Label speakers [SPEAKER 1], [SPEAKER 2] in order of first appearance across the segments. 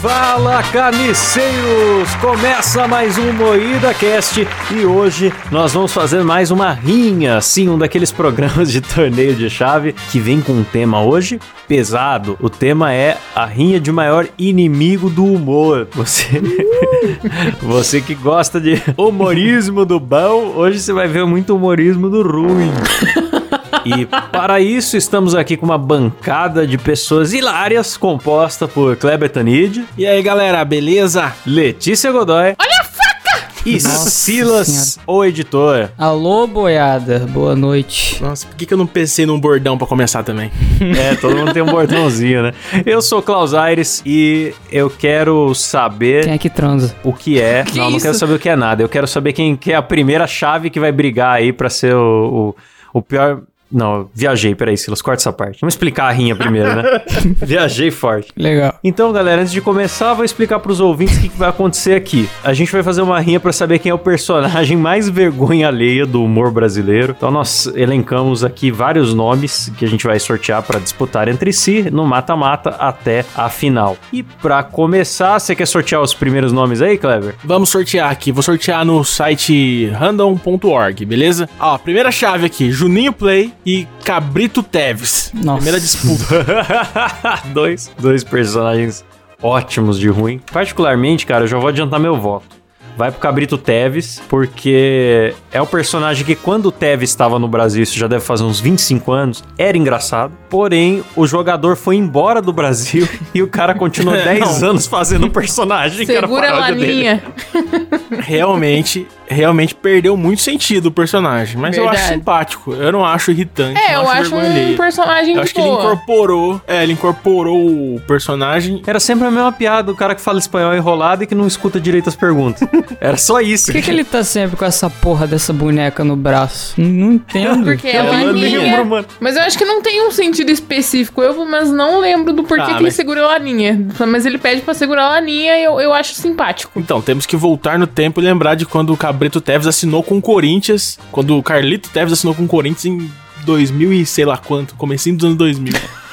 [SPEAKER 1] Fala carniceiros! Começa mais um Moída Cast e hoje nós vamos fazer mais uma rinha, sim, um daqueles programas de torneio de chave que vem com um tema hoje pesado. O tema é a rinha de maior inimigo do humor. Você Você que gosta de humorismo do bom, hoje você vai ver muito humorismo do ruim. E para isso estamos aqui com uma bancada de pessoas hilárias composta por Kleber Tanid,
[SPEAKER 2] E aí, galera, beleza?
[SPEAKER 1] Letícia Godoy. Olha a faca! E
[SPEAKER 3] Nossa
[SPEAKER 1] Silas,
[SPEAKER 3] Senhora.
[SPEAKER 1] o editor.
[SPEAKER 3] Alô, boiada, boa noite.
[SPEAKER 2] Nossa, por que, que eu não pensei num bordão pra começar também?
[SPEAKER 1] É, todo mundo tem um bordãozinho, né? Eu sou Klaus Aires e eu quero saber
[SPEAKER 3] Quem é que transa?
[SPEAKER 1] o que é.
[SPEAKER 3] Que
[SPEAKER 1] não, não
[SPEAKER 3] isso?
[SPEAKER 1] quero saber o que é nada. Eu quero saber quem que é a primeira chave que vai brigar aí pra ser o, o, o pior. Não, viajei, peraí, Silas, corta essa parte. Vamos explicar a rinha primeiro, né? viajei forte.
[SPEAKER 3] Legal.
[SPEAKER 1] Então, galera, antes de começar, vou explicar pros ouvintes o que, que vai acontecer aqui. A gente vai fazer uma rinha pra saber quem é o personagem mais vergonha alheia do humor brasileiro. Então, nós elencamos aqui vários nomes que a gente vai sortear pra disputar entre si no mata-mata até a final. E pra começar, você quer sortear os primeiros nomes aí, Kleber?
[SPEAKER 2] Vamos sortear aqui. Vou sortear no site random.org, beleza? Ó, primeira chave aqui: Juninho Play e Cabrito Teves.
[SPEAKER 3] Nossa.
[SPEAKER 2] Primeira disputa.
[SPEAKER 1] dois, dois personagens ótimos de ruim. Particularmente, cara, eu já vou adiantar meu voto. Vai pro Cabrito Teves, porque é o personagem que quando o Teves estava no Brasil, isso já deve fazer uns 25 anos, era engraçado. Porém, o jogador foi embora do Brasil e o cara continuou 10 anos fazendo o personagem que
[SPEAKER 4] Segura
[SPEAKER 1] era
[SPEAKER 4] a
[SPEAKER 1] a paródia dele.
[SPEAKER 4] laninha.
[SPEAKER 2] realmente, realmente perdeu muito sentido o personagem. Mas eu acho
[SPEAKER 4] Verdade.
[SPEAKER 2] simpático. Eu não acho irritante.
[SPEAKER 4] É,
[SPEAKER 2] não
[SPEAKER 4] eu acho
[SPEAKER 2] vergonha
[SPEAKER 4] um
[SPEAKER 2] alheia.
[SPEAKER 4] personagem
[SPEAKER 2] Eu
[SPEAKER 4] de
[SPEAKER 2] acho que ele
[SPEAKER 4] boa.
[SPEAKER 2] incorporou. É, ele incorporou o personagem.
[SPEAKER 1] Era sempre a mesma piada, o cara que fala espanhol enrolado e que não escuta direito as perguntas. Era só isso.
[SPEAKER 3] Por que, que ele tá sempre com essa porra dessa boneca no braço? Não, não entendo.
[SPEAKER 4] Porque é
[SPEAKER 1] Eu não
[SPEAKER 4] laninha.
[SPEAKER 1] lembro,
[SPEAKER 2] é
[SPEAKER 1] mano.
[SPEAKER 4] Mas eu acho que não tem um sentido específico. Eu, mas não lembro do porquê
[SPEAKER 2] Ah,
[SPEAKER 4] que ele
[SPEAKER 2] mas-
[SPEAKER 4] segura a laninha. Mas ele pede pra segurar a laninha e eu, eu acho simpático.
[SPEAKER 2] Então, temos que voltar no tempo e lembrar de quando o Cabrito Teves assinou com o Corinthians, quando o Carlito Teves assinou com o Corinthians em 2000 e sei lá quanto, comecinho dos anos 2000.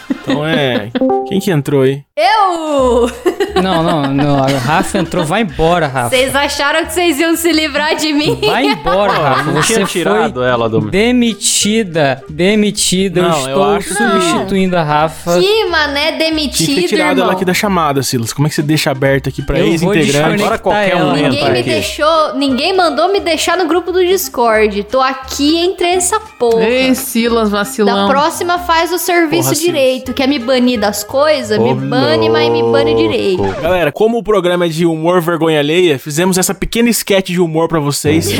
[SPEAKER 2] Então é, quem que entrou aí?
[SPEAKER 5] Eu!
[SPEAKER 3] Não, não, não. a Rafa entrou, vai embora, Rafa.
[SPEAKER 5] Vocês acharam que vocês iam se livrar de mim?
[SPEAKER 3] Vai embora,
[SPEAKER 2] Ah,
[SPEAKER 3] Rafa.
[SPEAKER 1] Não tinha
[SPEAKER 3] Você
[SPEAKER 1] tirado
[SPEAKER 3] foi
[SPEAKER 1] ela do...
[SPEAKER 3] demitida. Demitida.
[SPEAKER 2] Não, eu
[SPEAKER 3] eu
[SPEAKER 2] acho
[SPEAKER 3] estou
[SPEAKER 2] que-
[SPEAKER 3] substituindo a Rafa.
[SPEAKER 5] Que
[SPEAKER 2] Tinha que
[SPEAKER 5] mané
[SPEAKER 2] ter
[SPEAKER 5] né? demitido,
[SPEAKER 2] tirado
[SPEAKER 5] irmão.
[SPEAKER 2] ela aqui da chamada, Silas. Como é que você deixa aberto aqui pra
[SPEAKER 3] Eu vou
[SPEAKER 2] ex-integrante?
[SPEAKER 3] desconectar
[SPEAKER 1] Agora qualquer um
[SPEAKER 3] ela.
[SPEAKER 1] entra
[SPEAKER 5] Ninguém me
[SPEAKER 1] aqui.
[SPEAKER 5] deixou, ninguém mandou me deixar no grupo do Discord. Tô aqui entre essa porra.
[SPEAKER 4] Ei, Silas,
[SPEAKER 5] Da
[SPEAKER 4] vacilão.
[SPEAKER 5] próxima faz o serviço
[SPEAKER 2] Porra,
[SPEAKER 5] direito. Quer me banir das coisas?
[SPEAKER 1] Ô,
[SPEAKER 5] me bane, mas me bane
[SPEAKER 1] louco.
[SPEAKER 5] direito.
[SPEAKER 2] Galera, como o programa é de humor vergonha alheia, fizemos essa pequena esquete de humor pra vocês.
[SPEAKER 1] É.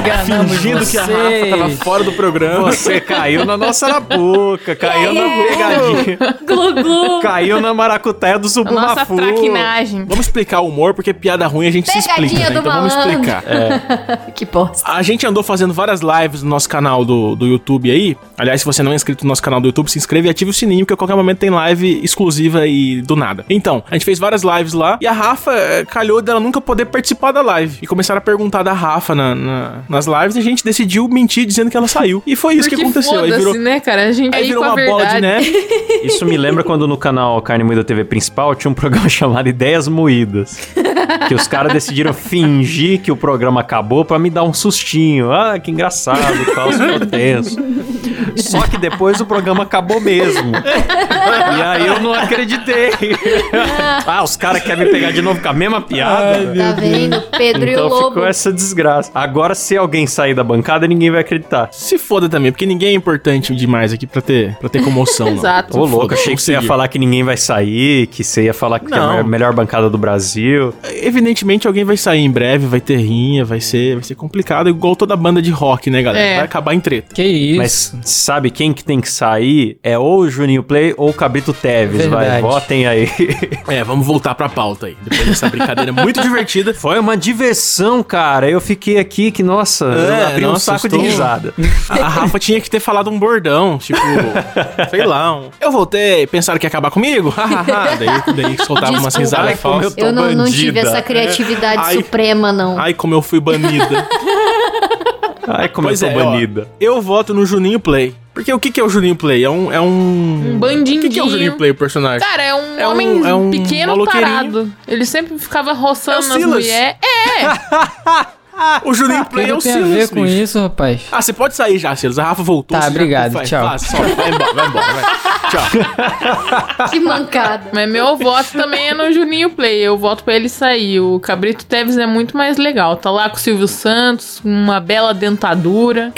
[SPEAKER 3] Enganamos
[SPEAKER 2] fingindo que a Rafa tava
[SPEAKER 3] vocês.
[SPEAKER 2] fora do programa.
[SPEAKER 1] Você caiu na nossa arapuca, caiu na pegadinha,
[SPEAKER 5] Glu glu.
[SPEAKER 1] caiu na maracutaia do
[SPEAKER 4] A nossa tá.
[SPEAKER 1] Subumafu.
[SPEAKER 4] traquinagem.
[SPEAKER 2] Vamos explicar o humor, porque piada ruim a gente se
[SPEAKER 5] Pegadinha
[SPEAKER 2] explica, né?
[SPEAKER 5] do
[SPEAKER 2] Então vamos
[SPEAKER 5] malandro.
[SPEAKER 2] explicar.
[SPEAKER 5] que bosta.
[SPEAKER 2] A gente andou fazendo várias lives no nosso canal do, do YouTube aí. Aliás, se você não é inscrito no nosso canal do YouTube, se inscreva e ative o sininho, que a qualquer momento tem live exclusiva e do nada. Então, a gente fez várias lives lá e a Rafa eh, calhou dela nunca poder participar da live. E começaram a perguntar da Rafa na- na- nas lives e a gente decidiu mentir dizendo que ela saiu. E foi isso
[SPEAKER 4] Porque
[SPEAKER 2] que aconteceu. Aí
[SPEAKER 4] foda-se,
[SPEAKER 2] virou,
[SPEAKER 4] né, cara? A gente
[SPEAKER 2] aí virou
[SPEAKER 4] com a
[SPEAKER 2] uma bola de
[SPEAKER 4] verdade.
[SPEAKER 2] neve.
[SPEAKER 1] Isso me lembra quando no canal Carne Moída TV Principal tinha um programa chamado Ideias Moídas. Que os caras decidiram fingir que o programa acabou pra me dar um sustinho. Ah, que engraçado, tal, ficou tenso. Só que depois o programa acabou mesmo. E aí eu não acreditei. Ah, os caras querem me pegar de novo com a mesma piada.
[SPEAKER 5] Tá vendo? Pedro e o
[SPEAKER 1] Então
[SPEAKER 5] Lobo.
[SPEAKER 1] ficou essa desgraça. Agora, se alguém sair da bancada, ninguém vai acreditar.
[SPEAKER 2] Se foda também, porque ninguém é importante demais aqui pra ter, pra ter comoção. não.
[SPEAKER 4] Exato.
[SPEAKER 1] Ô, louco, achei que
[SPEAKER 2] Vamos
[SPEAKER 1] você ia
[SPEAKER 2] seguir.
[SPEAKER 1] falar que ninguém vai sair, que você ia falar que é a
[SPEAKER 2] Não.
[SPEAKER 1] maior- melhor bancada do Brasil.
[SPEAKER 2] Evidentemente alguém vai sair em breve, vai ter rinha, vai ser, vai ser complicado, igual toda banda de rock, né, galera?
[SPEAKER 4] É.
[SPEAKER 2] Vai acabar em treta.
[SPEAKER 3] Que isso.
[SPEAKER 1] Mas sabe quem que tem que sair? É ou o Juninho Play ou o Cabrito Teves, vai.
[SPEAKER 3] Verdade.
[SPEAKER 1] Votem aí.
[SPEAKER 2] É, vamos voltar pra pauta aí. Depois dessa brincadeira muito divertida.
[SPEAKER 1] Foi uma diversão, cara. Eu fiquei aqui que, nossa,
[SPEAKER 2] É,
[SPEAKER 1] eu abri um
[SPEAKER 2] nossa,
[SPEAKER 1] saco de
[SPEAKER 2] assustou.
[SPEAKER 1] risada.
[SPEAKER 2] A a Rafa tinha que ter falado um bordão, tipo, sei lá, um. Eu voltei, pensaram que ia acabar comigo? Hahaha. daí, daí soltava umas
[SPEAKER 5] Desculpa,
[SPEAKER 2] risadas
[SPEAKER 5] mas
[SPEAKER 2] falsas.
[SPEAKER 1] tô
[SPEAKER 5] Eu não, não tive
[SPEAKER 1] bandida.
[SPEAKER 5] essa criatividade
[SPEAKER 2] Ai.
[SPEAKER 5] suprema, não.
[SPEAKER 4] um
[SPEAKER 2] Ai, como eu fui banida.
[SPEAKER 1] Ai, como
[SPEAKER 2] Pois
[SPEAKER 1] eu tô
[SPEAKER 2] é, ó.
[SPEAKER 1] banida.
[SPEAKER 2] Eu voto no Juninho Play. Porque o que, que é o Juninho Play? É um. É um,
[SPEAKER 4] Um
[SPEAKER 2] O
[SPEAKER 4] bandidinho.
[SPEAKER 2] que, que é o Juninho Play, o personagem?
[SPEAKER 4] Cara, é um
[SPEAKER 2] É um-
[SPEAKER 4] homem
[SPEAKER 2] é um
[SPEAKER 4] pequeno
[SPEAKER 2] maloqueirinho.
[SPEAKER 4] tarado. Ele sempre ficava roçando nas
[SPEAKER 2] Silas.
[SPEAKER 4] mulheres. É,
[SPEAKER 2] o Juninho
[SPEAKER 3] O que
[SPEAKER 2] Play é
[SPEAKER 3] que
[SPEAKER 2] o
[SPEAKER 3] tem a
[SPEAKER 2] Silas,
[SPEAKER 3] ver com
[SPEAKER 2] bicho.
[SPEAKER 3] isso, rapaz?
[SPEAKER 2] Ah, você pode sair já, Silas. A Rafa voltou.
[SPEAKER 3] Tá,
[SPEAKER 2] você já-
[SPEAKER 3] obrigado,
[SPEAKER 2] vai,
[SPEAKER 3] tchau.
[SPEAKER 2] vai, sobe, vai embora, vai embora. Vai.
[SPEAKER 5] Que mancada.
[SPEAKER 4] mas meu voto também é no Juninho Play. Eu voto pra ele sair. O Cabrito Teves é muito mais legal. Tá lá com o Silvio Santos, uma bela dentadura.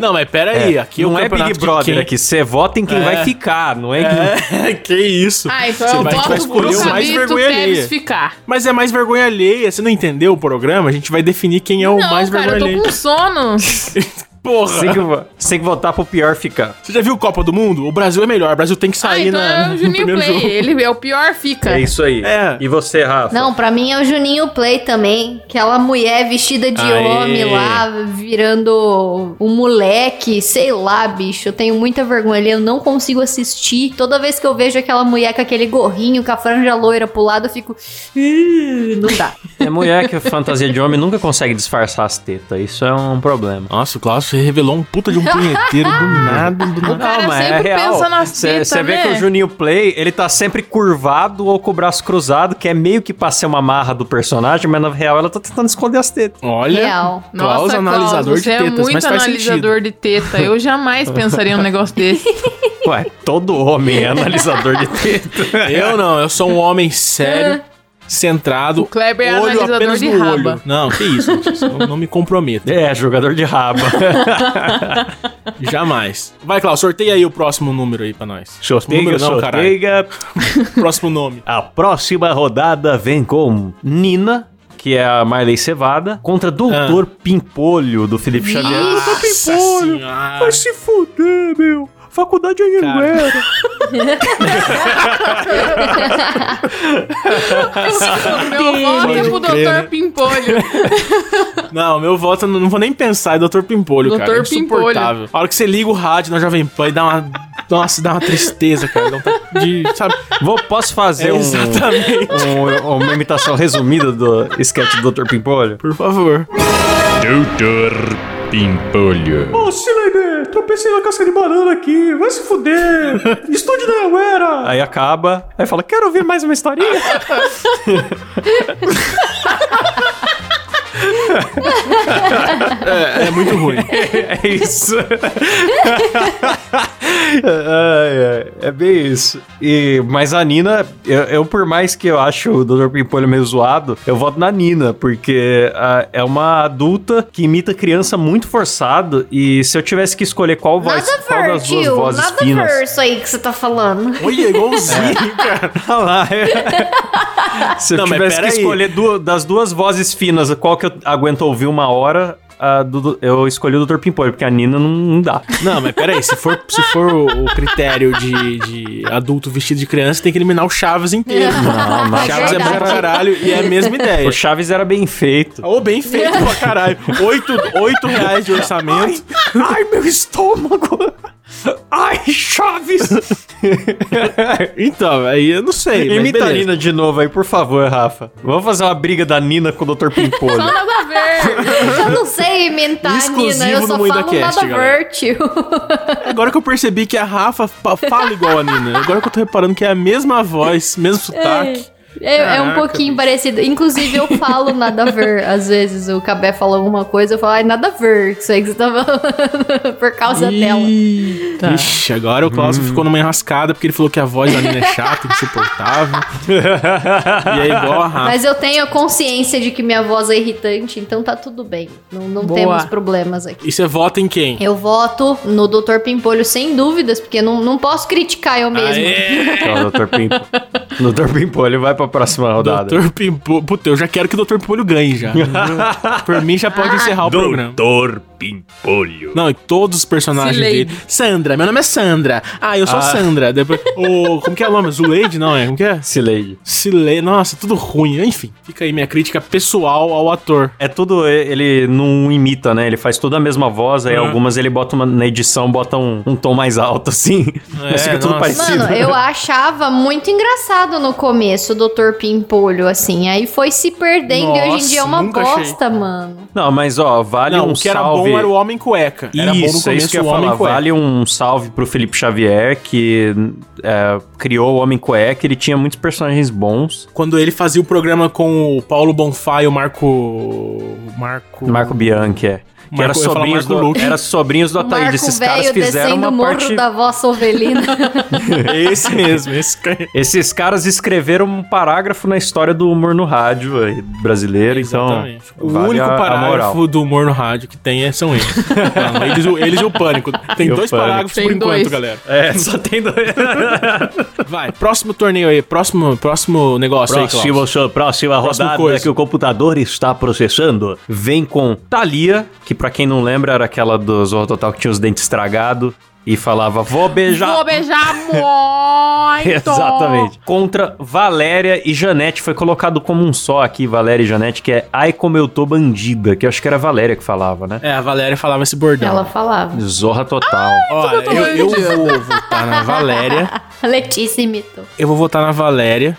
[SPEAKER 2] Não, mas pera aí. Aqui
[SPEAKER 1] não
[SPEAKER 2] o
[SPEAKER 1] é
[SPEAKER 2] campeonato
[SPEAKER 1] Big Brother aqui. Você vota em quem
[SPEAKER 2] É.
[SPEAKER 1] vai ficar, não é?
[SPEAKER 2] De
[SPEAKER 1] em quem-
[SPEAKER 2] quem? É, que isso.
[SPEAKER 4] Ah, então
[SPEAKER 2] Você
[SPEAKER 4] eu
[SPEAKER 2] vai- vai
[SPEAKER 4] voto
[SPEAKER 2] escolher
[SPEAKER 4] pro
[SPEAKER 2] o mais
[SPEAKER 4] Cabrito
[SPEAKER 2] vergonha alheia.
[SPEAKER 4] Teves ficar.
[SPEAKER 2] Mas é mais vergonha alheia. Você não entendeu o programa? A gente vai definir quem é o
[SPEAKER 4] Não,
[SPEAKER 2] mais
[SPEAKER 4] cara, eu
[SPEAKER 2] vergonha
[SPEAKER 4] tô
[SPEAKER 2] alheia.
[SPEAKER 4] com sono.
[SPEAKER 2] Porra!
[SPEAKER 1] Você tem que, vo- você tem que votar pro pior ficar.
[SPEAKER 2] Você já viu Copa do Mundo? O Brasil é melhor. O Brasil tem que
[SPEAKER 4] Ah,
[SPEAKER 2] sair
[SPEAKER 4] então
[SPEAKER 2] na,
[SPEAKER 4] é o
[SPEAKER 2] no
[SPEAKER 4] Juninho
[SPEAKER 2] primeiro
[SPEAKER 4] Play.
[SPEAKER 2] jogo.
[SPEAKER 4] Ele é o pior fica.
[SPEAKER 1] É isso aí.
[SPEAKER 2] É.
[SPEAKER 1] E você, Rafa?
[SPEAKER 5] Não, pra mim é o Juninho Play também. Aquela mulher vestida de
[SPEAKER 2] Aê.
[SPEAKER 5] homem lá, virando um moleque, sei lá, bicho. Eu tenho muita vergonha ali, eu não consigo assistir. Toda vez que eu vejo aquela mulher com aquele gorrinho, com a franja loira pro lado, eu fico. "Ih, Não dá.
[SPEAKER 1] É mulher que fantasia de homem nunca consegue disfarçar as tetas. Isso é um problema.
[SPEAKER 2] Nossa, o Klaus revelou um puta de um punheteiro do nada, do nada.
[SPEAKER 4] cara
[SPEAKER 1] é
[SPEAKER 4] sempre pensa nas tetas,
[SPEAKER 1] Você vê
[SPEAKER 4] né?
[SPEAKER 1] que o Juninho Play, ele tá sempre curvado ou com o braço cruzado, que é meio que pra ser uma marra do personagem, mas na real ela tá tentando esconder as tetas.
[SPEAKER 2] Olha,
[SPEAKER 5] Real.
[SPEAKER 2] Klaus
[SPEAKER 4] Nossa,
[SPEAKER 2] é analisador
[SPEAKER 4] Klaus,
[SPEAKER 2] de tetas,
[SPEAKER 4] Você é muito
[SPEAKER 2] mas faz
[SPEAKER 4] analisador de teta. Eu jamais pensaria um negócio desse.
[SPEAKER 1] Ué, todo homem é analisador de teta.
[SPEAKER 2] sentido. Eu não, eu sou um homem sério, centrado,
[SPEAKER 4] É. O Kleber é
[SPEAKER 2] olho
[SPEAKER 4] analisador
[SPEAKER 2] apenas
[SPEAKER 4] de
[SPEAKER 2] no
[SPEAKER 4] raba.
[SPEAKER 2] olho. Não, que isso, gente, isso não, não me comprometo. né?
[SPEAKER 1] É, jogador de raba.
[SPEAKER 2] Jamais. Vai, Klaus, sorteia aí o próximo número aí pra nós.
[SPEAKER 1] Sorteio,
[SPEAKER 2] número não, caralho.
[SPEAKER 1] sorteia.
[SPEAKER 2] Próximo nome.
[SPEAKER 1] A próxima rodada vem com Nina, que é a Marley Cevada, contra Doutor Pimpolho, do Felipe Xavier.
[SPEAKER 2] Ah. Nossa senhora.
[SPEAKER 1] se fuder, meu. Faculdade é
[SPEAKER 2] Anhanguera.
[SPEAKER 4] O meu voto é pro
[SPEAKER 2] Pode crer, né?
[SPEAKER 4] Dr. Pimpolho.
[SPEAKER 2] Não, meu voto, eu não vou nem pensar, é Dr. Pimpolho, cara. É
[SPEAKER 4] Dr. Pimpolho.
[SPEAKER 2] insuportável. A hora que você liga o rádio na Jovem Pan e dá uma... Nossa, dá uma tristeza, cara. Dá um tá- de, sabe?
[SPEAKER 1] Vou, posso fazer
[SPEAKER 2] É
[SPEAKER 1] um-
[SPEAKER 2] exatamente.
[SPEAKER 1] um- uma imitação resumida do sketch do Dr. Pimpolho?
[SPEAKER 2] Por favor.
[SPEAKER 6] Doutor Pimpolho.
[SPEAKER 1] Ô, Sileide, tropecei na casca de banana aqui, vai se fuder. Estude da Anhanguera. Aí acaba, aí fala, quero ouvir mais uma historinha.
[SPEAKER 2] É, é muito ruim.
[SPEAKER 1] É isso. Ai, ai, é bem isso. E, mas a Nina, eu, eu, por mais que eu acho o Dr. Pimpolho meio zoado, eu voto na Nina, porque ah, é uma adulta que imita criança muito forçado. E se eu tivesse que escolher qual voz,
[SPEAKER 5] Nada
[SPEAKER 1] qual das duas
[SPEAKER 5] vertigo,
[SPEAKER 1] vozes
[SPEAKER 5] nada
[SPEAKER 1] finas.
[SPEAKER 5] verso aí que você tá falando.
[SPEAKER 2] Olha,
[SPEAKER 4] É.
[SPEAKER 2] igualzinho, cara.
[SPEAKER 1] Olha lá, é. se eu
[SPEAKER 2] Não, mas
[SPEAKER 1] tivesse que
[SPEAKER 2] peraí.
[SPEAKER 1] escolher du- das duas vozes finas, qual que eu aguento ouvir uma hora, a do- eu escolhi o Dr. Pimpolho, porque a Nina não, não dá.
[SPEAKER 2] Não, mas peraí, se for, se for o, o critério de, de adulto vestido de criança, tem que eliminar o Chaves inteiro.
[SPEAKER 1] Não, não.
[SPEAKER 2] Chaves é bom
[SPEAKER 5] Verdade.
[SPEAKER 2] pra caralho e é a mesma ideia.
[SPEAKER 1] O Chaves era bem feito.
[SPEAKER 2] Ô, bem feito pra caralho. Oito, oito reais de orçamento.
[SPEAKER 1] Ai, meu estômago! Ai, Chaves!
[SPEAKER 2] Então, aí eu não sei. mas
[SPEAKER 1] Imita a
[SPEAKER 2] beleza.
[SPEAKER 1] Nina de novo aí, por favor, Rafa. Vamos fazer uma briga da Nina com o Dr. Pimpolho.
[SPEAKER 4] Só nada a ver.
[SPEAKER 5] Eu não sei imitar,
[SPEAKER 2] Exclusivo
[SPEAKER 5] Nina. Eu
[SPEAKER 2] no
[SPEAKER 5] só falo
[SPEAKER 2] MuidaCast,
[SPEAKER 5] nada
[SPEAKER 2] galera.
[SPEAKER 5] vertigo.
[SPEAKER 2] Agora que eu percebi que a Rafa fa- fala igual a Nina. Agora que eu tô reparando que é a mesma voz, mesmo sotaque.
[SPEAKER 5] É, é um
[SPEAKER 2] Caraca,
[SPEAKER 5] pouquinho parecido. Inclusive, eu falo nada a ver. Às vezes o Cabé fala alguma coisa, eu falo, ai, nada a ver. Isso aí que você tá falando. Por causa dela.
[SPEAKER 2] Eita. Hum. Ixi, agora o Klaus ficou numa enrascada porque ele falou que a voz da Nina é chata, insuportável. e é igual a Rafa.
[SPEAKER 5] Mas eu tenho a consciência de que minha voz é irritante, então tá tudo bem. Não, não
[SPEAKER 4] Boa.
[SPEAKER 5] temos problemas aqui.
[SPEAKER 2] E você vota em quem?
[SPEAKER 5] Eu voto no Dr. Pimpolho sem dúvidas, porque eu não, não posso criticar eu mesmo.
[SPEAKER 2] Aê!
[SPEAKER 1] Então, Dr. Pimpolho. Dr. Pimpolho vai pra próxima rodada.
[SPEAKER 2] Doutor Pimpolho. Puta, eu já quero que o Doutor Pimpolho ganhe já. Por mim, já pode encerrar o programa.
[SPEAKER 6] Doutor Pimpolho.
[SPEAKER 2] Não, e todos os personagens
[SPEAKER 4] Sileide.
[SPEAKER 2] dele. Sandra, meu nome é Sandra. Ah, eu sou
[SPEAKER 1] Ah.
[SPEAKER 2] Sandra. Depois. Ô, como que é o nome? Zuleide? Não, é? Como que é?
[SPEAKER 1] Sileide.
[SPEAKER 2] Sile. Nossa, tudo ruim. Enfim, fica aí minha crítica pessoal ao ator.
[SPEAKER 1] É tudo, e- ele não imita, né? Ele faz tudo a mesma voz, aí
[SPEAKER 2] Uhum.
[SPEAKER 1] algumas ele bota uma, na edição, bota um, um tom mais alto, assim. mas fica tudo
[SPEAKER 2] nossa.
[SPEAKER 1] parecido.
[SPEAKER 5] Mano, eu achava muito engraçado no começo o Dr. Pimpolho, assim. Aí foi se perdendo e hoje
[SPEAKER 2] Nossa,
[SPEAKER 5] em dia é uma
[SPEAKER 2] nunca achei.
[SPEAKER 5] bosta, mano.
[SPEAKER 1] Não, mas ó, vale
[SPEAKER 2] não,
[SPEAKER 1] um
[SPEAKER 2] o que era
[SPEAKER 1] salve.
[SPEAKER 2] bom era o Homem Cueca. era bom no
[SPEAKER 1] Isso, é isso
[SPEAKER 2] começo
[SPEAKER 1] que eu
[SPEAKER 2] o
[SPEAKER 1] ia
[SPEAKER 2] Homem
[SPEAKER 1] falar.
[SPEAKER 2] Cueca.
[SPEAKER 1] Vale um salve pro Felipe Xavier, que é, criou o Homem Cueca. Ele tinha muitos personagens bons.
[SPEAKER 2] Quando ele fazia o programa com o Paulo Bonfá e o Marco. Marco.
[SPEAKER 1] Marco Bianchi, é. Que
[SPEAKER 2] Hum.
[SPEAKER 1] era,
[SPEAKER 2] Marco- eu ia falar
[SPEAKER 1] sobrinhos
[SPEAKER 2] Marco
[SPEAKER 1] do,
[SPEAKER 2] Luque.
[SPEAKER 1] era sobrinhos do Ataíde. Esses caras
[SPEAKER 5] um velho
[SPEAKER 1] fizeram
[SPEAKER 5] descendo o
[SPEAKER 1] uma
[SPEAKER 5] morro
[SPEAKER 1] parte...
[SPEAKER 5] da vossa ovelina.
[SPEAKER 2] Esse mesmo, esse cara.
[SPEAKER 1] Esses caras escreveram um parágrafo na história do humor no rádio aí, brasileiro,
[SPEAKER 2] Exatamente.
[SPEAKER 1] então.
[SPEAKER 2] O
[SPEAKER 1] vale
[SPEAKER 2] único
[SPEAKER 1] a- a moral.
[SPEAKER 2] parágrafo do humor no rádio que tem é, são eles. Não, eles, o- eles e o Pânico. Tem
[SPEAKER 1] E o
[SPEAKER 2] dois
[SPEAKER 1] Pânico.
[SPEAKER 2] parágrafos
[SPEAKER 4] Tem
[SPEAKER 2] por enquanto,
[SPEAKER 4] dois.
[SPEAKER 2] galera.
[SPEAKER 1] É, só tem dois.
[SPEAKER 2] Vai, próximo torneio aí, próximo, próximo negócio aí,
[SPEAKER 1] Próximo,
[SPEAKER 2] Klaus.
[SPEAKER 1] senhor, próxima
[SPEAKER 2] Próxima
[SPEAKER 1] rodada
[SPEAKER 2] coisa.
[SPEAKER 1] que o computador está processando. Vem com Thalia, que pra quem não lembra era aquela do Zorro Total que tinha os dentes estragados e falava, vou beijar.
[SPEAKER 4] Vou beijar muito!
[SPEAKER 1] Exatamente. Contra Valéria e Janete. Foi colocado como um só aqui, Valéria e Janete, que é Ai Como Eu Tô Bandida, que eu acho que era a Valéria que falava, né?
[SPEAKER 2] É, a Valéria falava esse bordão.
[SPEAKER 5] Ela falava.
[SPEAKER 1] Zorra Total.
[SPEAKER 5] Ah,
[SPEAKER 2] Olha,
[SPEAKER 4] Tudo
[SPEAKER 2] eu, eu
[SPEAKER 4] bem,
[SPEAKER 2] vou votar na Valéria.
[SPEAKER 5] Letícia imitou.
[SPEAKER 2] Eu vou votar na Valéria,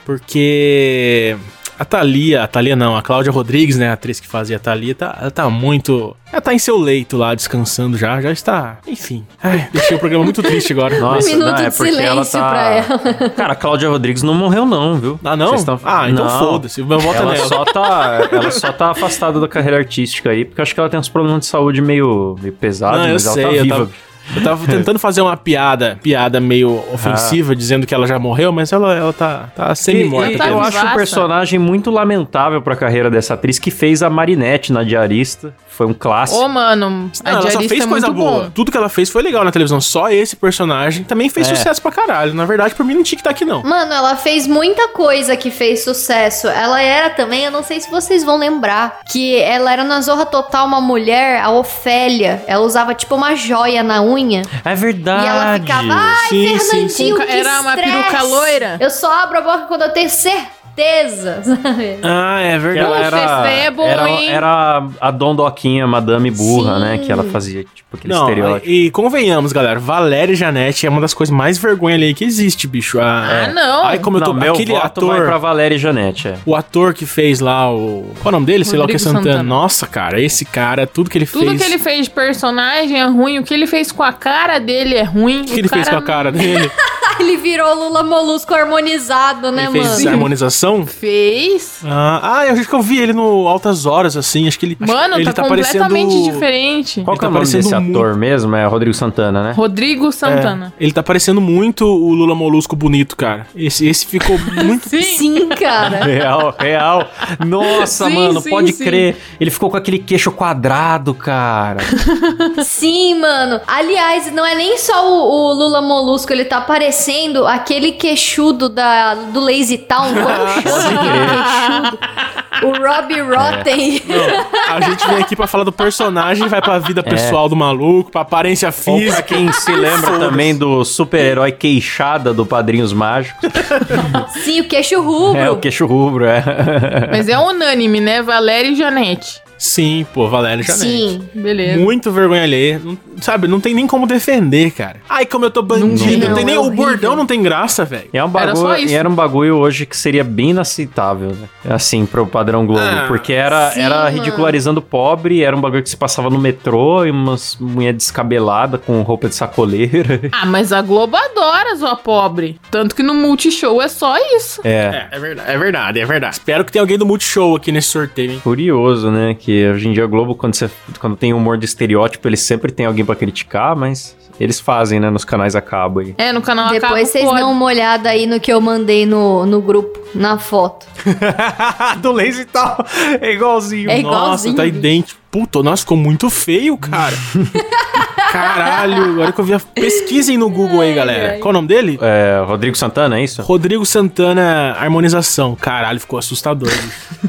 [SPEAKER 2] porque a Thalia, a Thalia não, a Cláudia Rodrigues, né, a atriz que fazia a Thalia, tá, ela tá muito... Ela tá em seu leito lá, descansando já, já está... Enfim, ai, deixei o programa muito triste agora.
[SPEAKER 1] Nossa,
[SPEAKER 5] um minuto
[SPEAKER 1] não, é
[SPEAKER 5] de
[SPEAKER 1] porque ela
[SPEAKER 5] silêncio
[SPEAKER 1] tá...
[SPEAKER 5] pra
[SPEAKER 1] Cara, a Cláudia Rodrigues não morreu não, viu?
[SPEAKER 2] Ah, não?
[SPEAKER 1] Vocês tão-
[SPEAKER 2] Ah, então
[SPEAKER 1] Não.
[SPEAKER 2] foda-se, meu voto é
[SPEAKER 1] Ela
[SPEAKER 2] nela.
[SPEAKER 1] só, tá, ela só tá afastada da carreira artística aí, porque eu acho que ela tem uns problemas de saúde meio, meio pesados,
[SPEAKER 2] Não, eu
[SPEAKER 1] mas ela
[SPEAKER 2] sei,
[SPEAKER 1] tá
[SPEAKER 2] eu
[SPEAKER 1] viva.
[SPEAKER 2] tava, eu tava tentando fazer uma piada, piada meio
[SPEAKER 1] Ah.
[SPEAKER 2] ofensiva, dizendo que ela já morreu, mas ela, ela tá, tá
[SPEAKER 1] E,
[SPEAKER 2] semi-morta.
[SPEAKER 1] e
[SPEAKER 4] tá
[SPEAKER 1] eu
[SPEAKER 2] pelo-
[SPEAKER 4] viva.
[SPEAKER 1] acho um
[SPEAKER 4] vivaça.
[SPEAKER 1] personagem muito lamentável pra carreira dessa atriz que fez a Marinette na Diarista. Foi um clássico.
[SPEAKER 4] Ô, mano,
[SPEAKER 2] Não,
[SPEAKER 4] a
[SPEAKER 2] ela só
[SPEAKER 4] diarista
[SPEAKER 2] fez
[SPEAKER 4] é
[SPEAKER 2] coisa
[SPEAKER 4] muito
[SPEAKER 2] boa.
[SPEAKER 4] bom.
[SPEAKER 2] Tudo que ela fez foi legal na televisão. Só esse personagem também fez
[SPEAKER 1] É.
[SPEAKER 2] sucesso pra caralho. Na verdade, por mim não tinha que estar aqui, não.
[SPEAKER 5] Mano, ela fez muita coisa que fez sucesso. Ela era também, eu não sei se vocês vão lembrar, que ela era na Zorra Total uma mulher, a Ofélia. Ela usava tipo uma joia na unha.
[SPEAKER 1] É verdade.
[SPEAKER 5] E ela ficava, ai,
[SPEAKER 2] Sim, sim,
[SPEAKER 5] Fernandinho,
[SPEAKER 4] sim.
[SPEAKER 5] que
[SPEAKER 4] Era uma
[SPEAKER 5] estresse.
[SPEAKER 4] peruca loira.
[SPEAKER 5] Eu só abro a boca quando eu tenho certeza, sabe?
[SPEAKER 2] Ah, é
[SPEAKER 1] Ela
[SPEAKER 4] Puxa,
[SPEAKER 1] era,
[SPEAKER 4] esse é bom,
[SPEAKER 1] era,
[SPEAKER 4] hein?
[SPEAKER 1] era a Dondoquinha, Madame Burra,
[SPEAKER 5] Sim.
[SPEAKER 1] né? Que ela fazia, tipo, aquele
[SPEAKER 2] Não,
[SPEAKER 1] estereótipo.
[SPEAKER 2] e convenhamos, galera, Valéria e Janete é uma das coisas mais vergonha ali que existe, bicho. Ah,
[SPEAKER 4] Ah, não.
[SPEAKER 2] Ai, como eu tô...
[SPEAKER 1] Não, meu
[SPEAKER 2] aquele
[SPEAKER 1] voto vai
[SPEAKER 2] ator...
[SPEAKER 1] pra Valéria e Janete, é.
[SPEAKER 2] O ator que fez lá o... Qual é o nome dele? Sei lá o que é
[SPEAKER 4] Rodrigo
[SPEAKER 2] Santana.
[SPEAKER 4] Santana.
[SPEAKER 2] Nossa, cara, esse cara, tudo que ele
[SPEAKER 4] Tudo
[SPEAKER 2] fez...
[SPEAKER 4] que ele fez de personagem é ruim, o que ele fez com a cara dele é ruim.
[SPEAKER 2] O que ele fez com a cara dele?
[SPEAKER 5] Tá, Ele virou Lula Molusco harmonizado, né,
[SPEAKER 2] ele
[SPEAKER 5] mano?
[SPEAKER 2] fez harmonização?
[SPEAKER 4] Fez?
[SPEAKER 2] Ah, ah, eu acho que eu vi ele no Altas Horas, assim. Acho que ele. acho
[SPEAKER 4] Mano,
[SPEAKER 2] que ele
[SPEAKER 4] tá, completamente
[SPEAKER 2] parecendo-
[SPEAKER 4] diferente.
[SPEAKER 1] Qual
[SPEAKER 2] Ele
[SPEAKER 1] que é
[SPEAKER 2] tá
[SPEAKER 1] o nome
[SPEAKER 2] parecendo
[SPEAKER 1] desse
[SPEAKER 2] muito-
[SPEAKER 1] ator mesmo? É Rodrigo Santana, né?
[SPEAKER 4] Rodrigo Santana.
[SPEAKER 2] Ele tá parecendo muito o Lula Molusco bonito, cara. Esse, esse ficou muito.
[SPEAKER 4] Sim.
[SPEAKER 5] Sim, cara.
[SPEAKER 1] Real, real. Nossa,
[SPEAKER 4] Sim,
[SPEAKER 1] mano,
[SPEAKER 4] sim,
[SPEAKER 1] pode
[SPEAKER 4] sim.
[SPEAKER 1] crer. Ele ficou com aquele queixo quadrado, cara.
[SPEAKER 5] Sim, mano. Aliás, não é nem só o, o Lula Molusco, ele tá parecendo aquele queixudo da, do Lazy Town. Como chama aquele queixudo? O Robbie Rotten.
[SPEAKER 2] A gente vem aqui pra falar do personagem, vai pra vida pessoal do maluco, pra aparência
[SPEAKER 1] É. Ou pra
[SPEAKER 2] física.
[SPEAKER 1] quem se lembra
[SPEAKER 2] Foda-se.
[SPEAKER 1] também do super-herói queixada do Padrinhos Mágicos.
[SPEAKER 5] Sim, o queixo rubro.
[SPEAKER 1] É, o queixo rubro, é.
[SPEAKER 4] Mas é unânime, né? Valéria e Janete.
[SPEAKER 2] Sim, pô, Valério Janete.
[SPEAKER 5] Sim.
[SPEAKER 4] Beleza.
[SPEAKER 2] Muito vergonha alheia. Não- Sabe, não tem nem como defender, cara. Ai, como eu tô bandido. Não,
[SPEAKER 5] Não,
[SPEAKER 2] tem nem,
[SPEAKER 5] é
[SPEAKER 2] o
[SPEAKER 5] horrível.
[SPEAKER 2] bordão não tem graça, velho.
[SPEAKER 1] E é um
[SPEAKER 4] Era só
[SPEAKER 1] bagulho,
[SPEAKER 4] isso.
[SPEAKER 1] e era um bagulho hoje que seria bem inaceitável, né? Assim, pro padrão Globo.
[SPEAKER 2] Ah,
[SPEAKER 1] porque era,
[SPEAKER 5] sim,
[SPEAKER 1] era
[SPEAKER 5] mano.
[SPEAKER 1] ridicularizando o pobre, era um bagulho que se passava no metrô, e umas mulher descabelada com roupa de sacoleira.
[SPEAKER 2] Hum.
[SPEAKER 4] Ah, mas a Globo adora zoar pobre. Tanto que no Multishow é só isso.
[SPEAKER 1] É.
[SPEAKER 2] É, é verdade, é verdade, é verdade. Espero que tenha alguém do Multishow aqui nesse sorteio, hein?
[SPEAKER 1] Curioso, né? Que hoje em dia a Globo, quando, você, quando tem humor de estereótipo, eles sempre tem alguém pra criticar, mas eles fazem, né? Nos canais a cabo aí.
[SPEAKER 4] É, no canal Acabo
[SPEAKER 5] Depois vocês
[SPEAKER 4] pode.
[SPEAKER 5] dão uma olhada aí no que eu mandei no, no grupo, na foto.
[SPEAKER 1] Ah, Do laser e tal. É igualzinho.
[SPEAKER 2] Nossa,
[SPEAKER 5] É igualzinho.
[SPEAKER 2] tá idêntico. Puta, nossa, ficou muito feio, cara. Caralho, agora que eu vi. A... Pesquisem no Google aí, galera. Qual o nome dele?
[SPEAKER 1] É, Rodrigo Santana, é
[SPEAKER 4] Tá.
[SPEAKER 1] isso?
[SPEAKER 2] Rodrigo Santana Harmonização. Caralho, ficou assustador. bicho.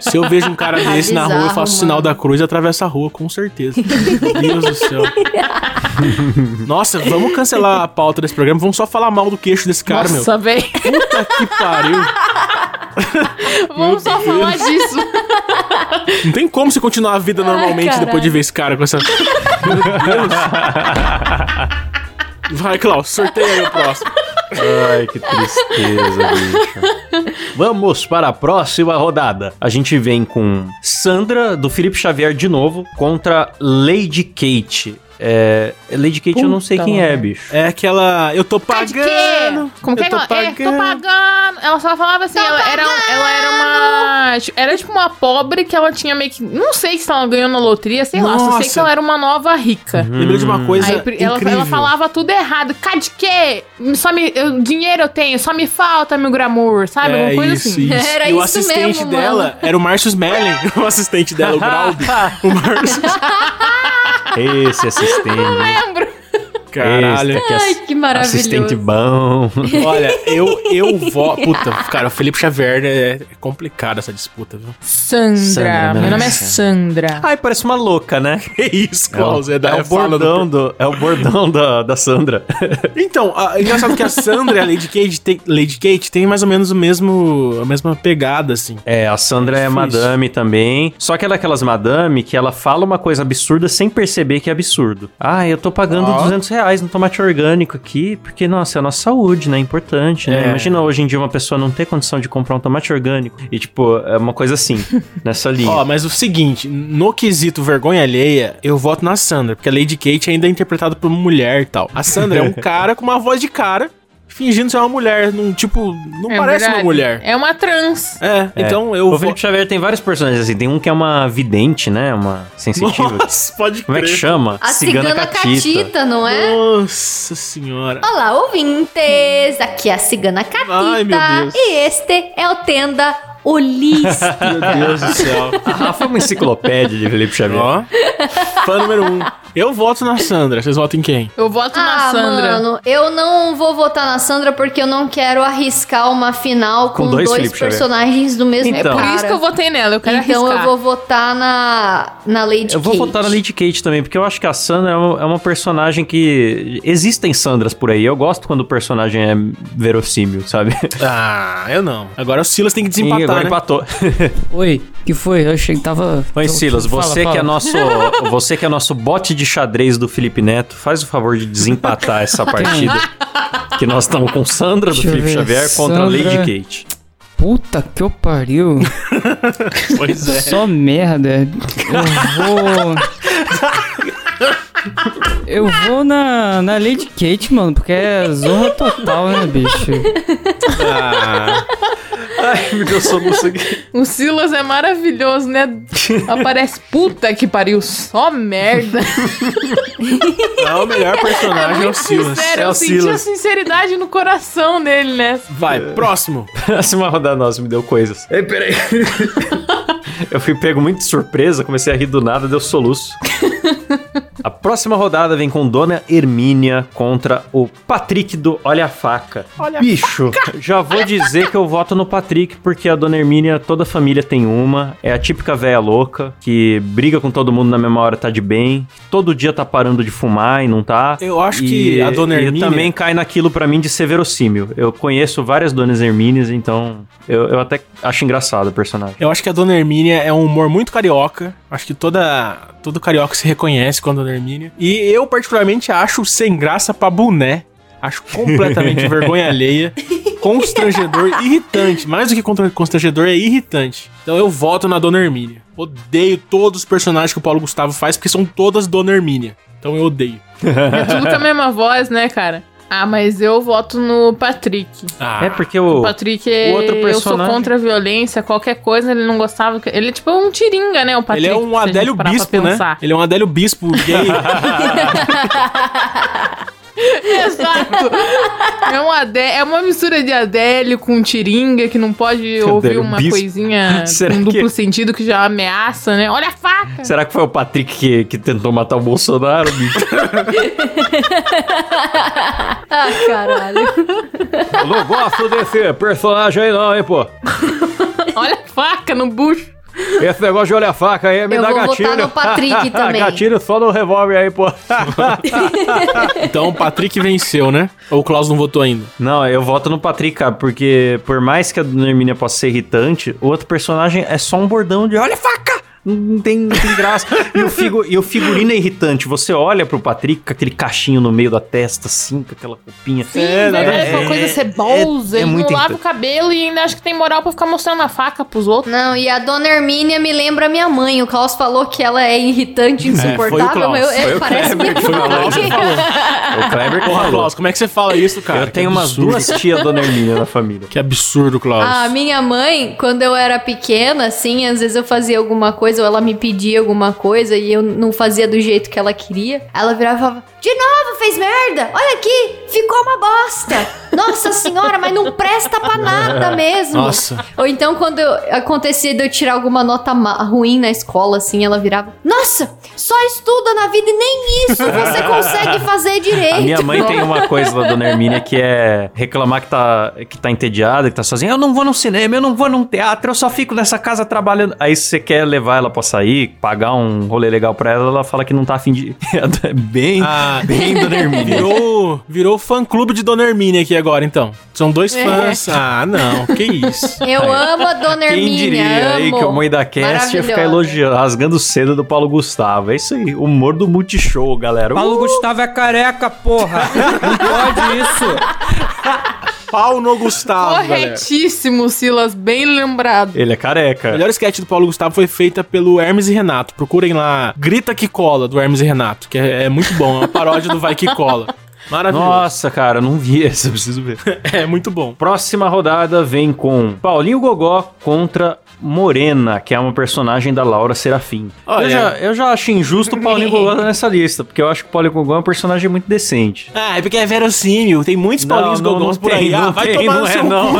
[SPEAKER 2] Se eu vejo um cara
[SPEAKER 4] Tá
[SPEAKER 5] Ah,
[SPEAKER 2] desse na rua, eu
[SPEAKER 5] bizarro,
[SPEAKER 2] faço
[SPEAKER 5] mano.
[SPEAKER 2] sinal da cruz e atravesso a rua, com certeza. Meu Deus do céu. Nossa, vamos cancelar a pauta desse programa. Vamos só falar mal do queixo desse cara,
[SPEAKER 4] Nossa, velho.
[SPEAKER 2] meu. Puta que pariu.
[SPEAKER 4] Vamos só falar disso.
[SPEAKER 2] Não tem como você continuar a vida normalmente
[SPEAKER 5] caralho.
[SPEAKER 2] depois de ver esse cara com essa. Meu Deus. Vai, Klaus, sorteia aí o próximo.
[SPEAKER 1] Ai, que tristeza, bicho. Vamos para a próxima rodada. A gente vem com Sandra, do Felipe Xavier, de novo, contra Lady Kate. É, Lady Kate, eu não sei
[SPEAKER 3] Puta
[SPEAKER 1] quem é,
[SPEAKER 3] merda.
[SPEAKER 1] bicho.
[SPEAKER 2] É aquela. Eu tô
[SPEAKER 4] Tá de quê?
[SPEAKER 2] pagando!
[SPEAKER 4] Como que
[SPEAKER 2] eu
[SPEAKER 4] é que
[SPEAKER 2] tô
[SPEAKER 4] ela? É, tô
[SPEAKER 2] pagando.
[SPEAKER 4] pagando. Ela só falava assim, ela era, ela era uma. Era tipo uma pobre que ela tinha meio que. Não sei se ela ganhou na loteria, sei lá. Só sei que
[SPEAKER 2] Nossa.
[SPEAKER 4] ela era uma nova rica.
[SPEAKER 2] Lembrei de uma coisa.
[SPEAKER 4] Hum. Aí pri- ela,
[SPEAKER 2] incrível.
[SPEAKER 4] ela falava tudo errado. Cade que? Só me, eu- dinheiro eu tenho, só me falta meu glamour,
[SPEAKER 5] Ah,
[SPEAKER 4] sabe? Alguma coisa
[SPEAKER 2] É isso,
[SPEAKER 4] assim.
[SPEAKER 2] Isso.
[SPEAKER 5] Era
[SPEAKER 2] e o
[SPEAKER 5] isso
[SPEAKER 2] assistente
[SPEAKER 5] mesmo,
[SPEAKER 2] dela
[SPEAKER 5] mano.
[SPEAKER 2] era o Márcio Smelling, o assistente dela, o Graub. O Márcio.
[SPEAKER 1] É Esse assistente. hein?
[SPEAKER 4] Lembro.
[SPEAKER 2] Caralho.
[SPEAKER 1] Esse, que ass-
[SPEAKER 5] que maravilhoso.
[SPEAKER 1] Assistente bom.
[SPEAKER 2] Olha, eu, eu vou. Puta, cara, o Felipe Xavier é, é complicado essa disputa, viu?
[SPEAKER 4] Sandra.
[SPEAKER 1] Sandra,
[SPEAKER 4] meu nome é
[SPEAKER 1] nossa.
[SPEAKER 4] Sandra.
[SPEAKER 2] Ah,
[SPEAKER 1] Ai, parece uma louca, né?
[SPEAKER 2] Que isso, Klaus? É,
[SPEAKER 1] o,
[SPEAKER 2] da
[SPEAKER 1] é o
[SPEAKER 2] é fala
[SPEAKER 1] bordão, do, é o bordão da, da Sandra.
[SPEAKER 2] Então, a, engraçado que a Sandra e a Lady Kate, tem, Lady Kate tem mais ou menos o mesmo, a mesma pegada, assim.
[SPEAKER 1] É, a Sandra é,
[SPEAKER 2] Difícil.
[SPEAKER 1] madame também. Só que ela é aquelas madame que ela fala uma coisa absurda sem perceber que é absurdo. Ah, eu tô pagando
[SPEAKER 2] Ó.
[SPEAKER 1] 200 reais no tomate orgânico aqui, porque, nossa, é a nossa saúde, né? É Importante, né?
[SPEAKER 2] É.
[SPEAKER 1] Imagina hoje em dia uma pessoa não ter condição de comprar um tomate orgânico. E, tipo, é uma coisa assim, nessa linha.
[SPEAKER 2] Ó, mas o seguinte, no quesito vergonha alheia, eu voto na Sandra, porque a Lady Kate ainda é interpretada por uma mulher e tal. A Sandra é um cara com uma voz de cara, fingindo ser uma mulher, num tipo, não
[SPEAKER 4] É
[SPEAKER 2] parece
[SPEAKER 4] verdade.
[SPEAKER 2] uma mulher.
[SPEAKER 4] É uma trans.
[SPEAKER 2] É, então eu
[SPEAKER 1] o
[SPEAKER 2] vou...
[SPEAKER 1] Felipe Xavier tem vários personagens assim. Tem um que é uma vidente, né? Uma sensitiva.
[SPEAKER 2] Nossa, pode crer.
[SPEAKER 1] Como é que chama?
[SPEAKER 5] A cigana, catita. não é?
[SPEAKER 2] Nossa senhora.
[SPEAKER 5] Olá, ouvintes! Aqui é a Cigana Catita.
[SPEAKER 2] Ai, meu Deus.
[SPEAKER 5] E este é o Tenda Holística.
[SPEAKER 2] Meu Deus do céu.
[SPEAKER 1] A Rafa é uma enciclopédia de Felipe Xavier.
[SPEAKER 2] Ó, fã número um. Eu voto na Sandra, vocês votam em quem?
[SPEAKER 4] Eu voto na
[SPEAKER 5] Ah,
[SPEAKER 4] Sandra.
[SPEAKER 5] mano, eu não vou votar na Sandra porque eu não quero arriscar uma final com,
[SPEAKER 1] Com dois
[SPEAKER 5] dois,
[SPEAKER 1] Felipe Xavier.
[SPEAKER 5] personagens do mesmo
[SPEAKER 1] Então.
[SPEAKER 5] então,
[SPEAKER 4] Por
[SPEAKER 5] cara.
[SPEAKER 4] isso que eu votei nela, eu quero
[SPEAKER 5] Então
[SPEAKER 4] arriscar.
[SPEAKER 5] eu vou votar na, na Lady
[SPEAKER 1] Eu vou
[SPEAKER 5] Kate.
[SPEAKER 1] votar na Lady Kate também, porque eu acho que a Sandra é uma, é uma personagem que. Existem Sandras por aí. Eu gosto quando o personagem é verossímil, sabe?
[SPEAKER 2] Ah, eu não. Agora o Silas tem que desempatar,
[SPEAKER 1] e agora
[SPEAKER 2] né?
[SPEAKER 1] empatou.
[SPEAKER 3] Oi, que foi? Eu achei que tava.
[SPEAKER 1] Oi,
[SPEAKER 3] tô-
[SPEAKER 1] Silas,
[SPEAKER 3] Então, fala,
[SPEAKER 1] você que é
[SPEAKER 3] fala.
[SPEAKER 1] nosso. Você que é nosso bote de xadrez do Felipe Neto, faz o favor de desempatar essa partida. que nós estamos com Sandra do
[SPEAKER 3] Deixa eu
[SPEAKER 1] Felipe
[SPEAKER 3] ver,
[SPEAKER 1] Xavier contra a
[SPEAKER 3] Sandra.
[SPEAKER 1] Lady Kate.
[SPEAKER 3] Puta que eu pariu.
[SPEAKER 2] Pois é.
[SPEAKER 3] Só merda. Eu vou. Eu vou na, na Lady Kate, mano, porque é zorra total, né, bicho?
[SPEAKER 2] Ah,
[SPEAKER 1] Ai, me deu soluço aqui.
[SPEAKER 4] O Silas é maravilhoso, né? Aparece puta que pariu, só merda.
[SPEAKER 2] não, Ah, o melhor personagem é, o Silas.
[SPEAKER 4] Sério,
[SPEAKER 1] é o
[SPEAKER 4] eu senti
[SPEAKER 1] Silas.
[SPEAKER 4] a sinceridade no coração dele, né?
[SPEAKER 2] Vai, próximo.
[SPEAKER 1] Próxima rodada, nossa, me deu coisas. Ei, peraí. Eu fui pego muito de surpresa, comecei a rir do nada, deu soluço. A próxima rodada vem com Dona Hermínia contra o Patrick do Olha a Faca. Olha Bicho, já vou dizer que eu voto no Patrick, porque a Dona Hermínia, toda família tem uma. É a típica véia louca, que briga com todo mundo na mesma hora, tá de bem. Todo dia tá parando de fumar e não tá.
[SPEAKER 2] Eu acho
[SPEAKER 1] E-
[SPEAKER 2] que a Dona
[SPEAKER 1] e
[SPEAKER 2] Hermínia-
[SPEAKER 1] também cai naquilo pra mim de ser verossímil. Eu conheço várias Donas Hermínias, então eu, eu até acho engraçado o personagem.
[SPEAKER 2] Eu acho que a Dona Hermínia é um humor muito carioca. Acho que toda, todo carioca se reconhece com a Dona Hermínia. E eu, particularmente, acho sem graça pra boné. Acho completamente vergonha alheia, constrangedor, irritante. Mais do que contra- constrangedor, é irritante. Então eu voto na Dona Hermínia. Odeio todos os personagens que o Paulo Gustavo faz, porque são todas Dona Hermínia. Então eu odeio.
[SPEAKER 4] É tudo com a mesma voz, né, cara? Ah, mas eu voto no Patrick.
[SPEAKER 2] Ah,
[SPEAKER 1] é porque o.
[SPEAKER 4] O Patrick é.
[SPEAKER 1] o outro
[SPEAKER 4] eu sou
[SPEAKER 1] personagem-
[SPEAKER 4] contra a violência, qualquer coisa ele não gostava. que- Ele é tipo um tiringa, né? O Patrick.
[SPEAKER 2] ele é
[SPEAKER 4] se
[SPEAKER 2] um
[SPEAKER 4] a gente
[SPEAKER 2] Adélio
[SPEAKER 4] parar pra
[SPEAKER 2] Bispo, né?
[SPEAKER 4] pensar.
[SPEAKER 2] Ele é um Adélio Bispo gay.
[SPEAKER 4] Exato. É, um Adé- é uma mistura de Adélio com Tiringa, que não pode
[SPEAKER 1] Adélio
[SPEAKER 4] ouvir uma
[SPEAKER 1] Bispo.
[SPEAKER 4] coisinha
[SPEAKER 1] Será
[SPEAKER 4] com
[SPEAKER 1] que- é?
[SPEAKER 4] duplo sentido que já ameaça, né? Olha a faca!
[SPEAKER 1] Será que foi o Patrick que, que tentou matar o Bolsonaro, bicho?
[SPEAKER 5] Ah, caralho.
[SPEAKER 1] Eu não gosto desse personagem aí, não, hein, pô.
[SPEAKER 4] Olha a faca no bucho.
[SPEAKER 1] Esse negócio de olhar a faca aí me
[SPEAKER 5] Eu
[SPEAKER 1] dá
[SPEAKER 5] vou votar
[SPEAKER 1] gatilho.
[SPEAKER 5] no Patrick também.
[SPEAKER 1] gatilho só no revólver aí, pô.
[SPEAKER 2] então o Patrick venceu, né? Ou o Klaus não votou ainda?
[SPEAKER 1] não, eu voto no Patrick, cara, porque por mais que a Dona Hermínia possa ser irritante, o outro personagem é só um bordão de olha a faca! não tem, não tem graça. e, o figu- e o figurino é irritante. Você olha pro Patrick com aquele cachinho no meio da testa, assim, com aquela roupinha.
[SPEAKER 4] Sim,
[SPEAKER 2] É,
[SPEAKER 4] é,
[SPEAKER 2] nada a
[SPEAKER 4] uma
[SPEAKER 2] ver.
[SPEAKER 4] coisa cebosa,
[SPEAKER 1] é
[SPEAKER 4] ele
[SPEAKER 1] muito
[SPEAKER 4] não lava
[SPEAKER 1] irritante.
[SPEAKER 4] o cabelo e ainda acha que tem moral pra ficar mostrando a faca pros outros.
[SPEAKER 5] Não, e a dona Hermínia me lembra minha mãe. O Klaus falou que ela é
[SPEAKER 2] foi
[SPEAKER 5] irritante,
[SPEAKER 2] o
[SPEAKER 5] insuportável.
[SPEAKER 2] Klaus,
[SPEAKER 5] eu,
[SPEAKER 2] foi
[SPEAKER 5] eu,
[SPEAKER 2] o
[SPEAKER 5] parece
[SPEAKER 2] Kleber
[SPEAKER 5] minha
[SPEAKER 2] que falou, ele
[SPEAKER 5] mãe.
[SPEAKER 1] É o Kleber que
[SPEAKER 2] Porra,
[SPEAKER 1] falou.
[SPEAKER 2] Klaus, como é que você fala isso, cara?
[SPEAKER 1] Eu
[SPEAKER 2] Que
[SPEAKER 1] tenho umas
[SPEAKER 2] absurdo.
[SPEAKER 1] duas tias Dona Hermínia na família.
[SPEAKER 2] Que absurdo, Klaus.
[SPEAKER 5] A Ah, minha mãe, quando eu era pequena, assim, às vezes eu fazia alguma coisa ou ela me pedia alguma coisa e eu não fazia do jeito que ela queria. Ela virava e falava: De novo, fez merda! Olha aqui, ficou uma bosta! Nossa senhora, mas não presta pra nada mesmo!
[SPEAKER 2] Nossa.
[SPEAKER 5] Ou então, quando eu- acontecia de eu tirar alguma nota ma- ruim na escola, assim, ela virava: Nossa, só estuda na vida e nem isso você consegue fazer direito.
[SPEAKER 1] A minha mãe tem uma coisa da dona Hermínia que é reclamar que tá, que tá entediada, que tá sozinha. Eu não vou no cinema, eu não vou num teatro, eu só fico nessa casa trabalhando. Aí se você quer levar ela pra sair, pagar um rolê legal pra ela, ela fala que não tá afim de. É bem,
[SPEAKER 2] Ah.
[SPEAKER 1] bem dona Hermínia.
[SPEAKER 2] Virou, virou fã-clube de Dona Hermínia aqui agora, então. São dois fãs. Ah, não. Que isso.
[SPEAKER 5] Eu amo a dona
[SPEAKER 1] Quem
[SPEAKER 5] Hermínia.
[SPEAKER 1] diria aí
[SPEAKER 5] amo.
[SPEAKER 1] que o mãe da Cast ia ficar elogiando, rasgando cedo do Paulo Gustavo. É isso aí, humor do Multishow, galera. Uh!
[SPEAKER 3] Paulo Gustavo é careca, porra. Não pode isso.
[SPEAKER 2] Pau no Gustavo, galera.
[SPEAKER 4] Corretíssimo, Silas, bem lembrado.
[SPEAKER 1] Ele é
[SPEAKER 2] O
[SPEAKER 1] careca.
[SPEAKER 2] melhor sketch do Paulo Gustavo foi feita pelo Hermes e Renato. Procurem lá. Grita que cola, do Hermes e Renato. Que é, é muito bom. É uma paródia do Vai que cola. Maravilhoso.
[SPEAKER 1] Nossa, cara, eu não vi essa, eu preciso ver.
[SPEAKER 2] É muito bom.
[SPEAKER 1] Próxima rodada vem com Paulinho Gogó contra Morena, que é uma personagem da Laura Serafim.
[SPEAKER 2] Olha.
[SPEAKER 1] Eu, já, eu já acho injusto o Paulinho Gogó nessa lista, porque eu acho que o Paulinho Gogó é um personagem muito decente.
[SPEAKER 2] Ah, é porque é verossímil. Tem muitos Paulinhos Gogons por aí. ah, vai tomar
[SPEAKER 1] não
[SPEAKER 2] no
[SPEAKER 1] é,
[SPEAKER 2] seu
[SPEAKER 1] não.
[SPEAKER 2] cu.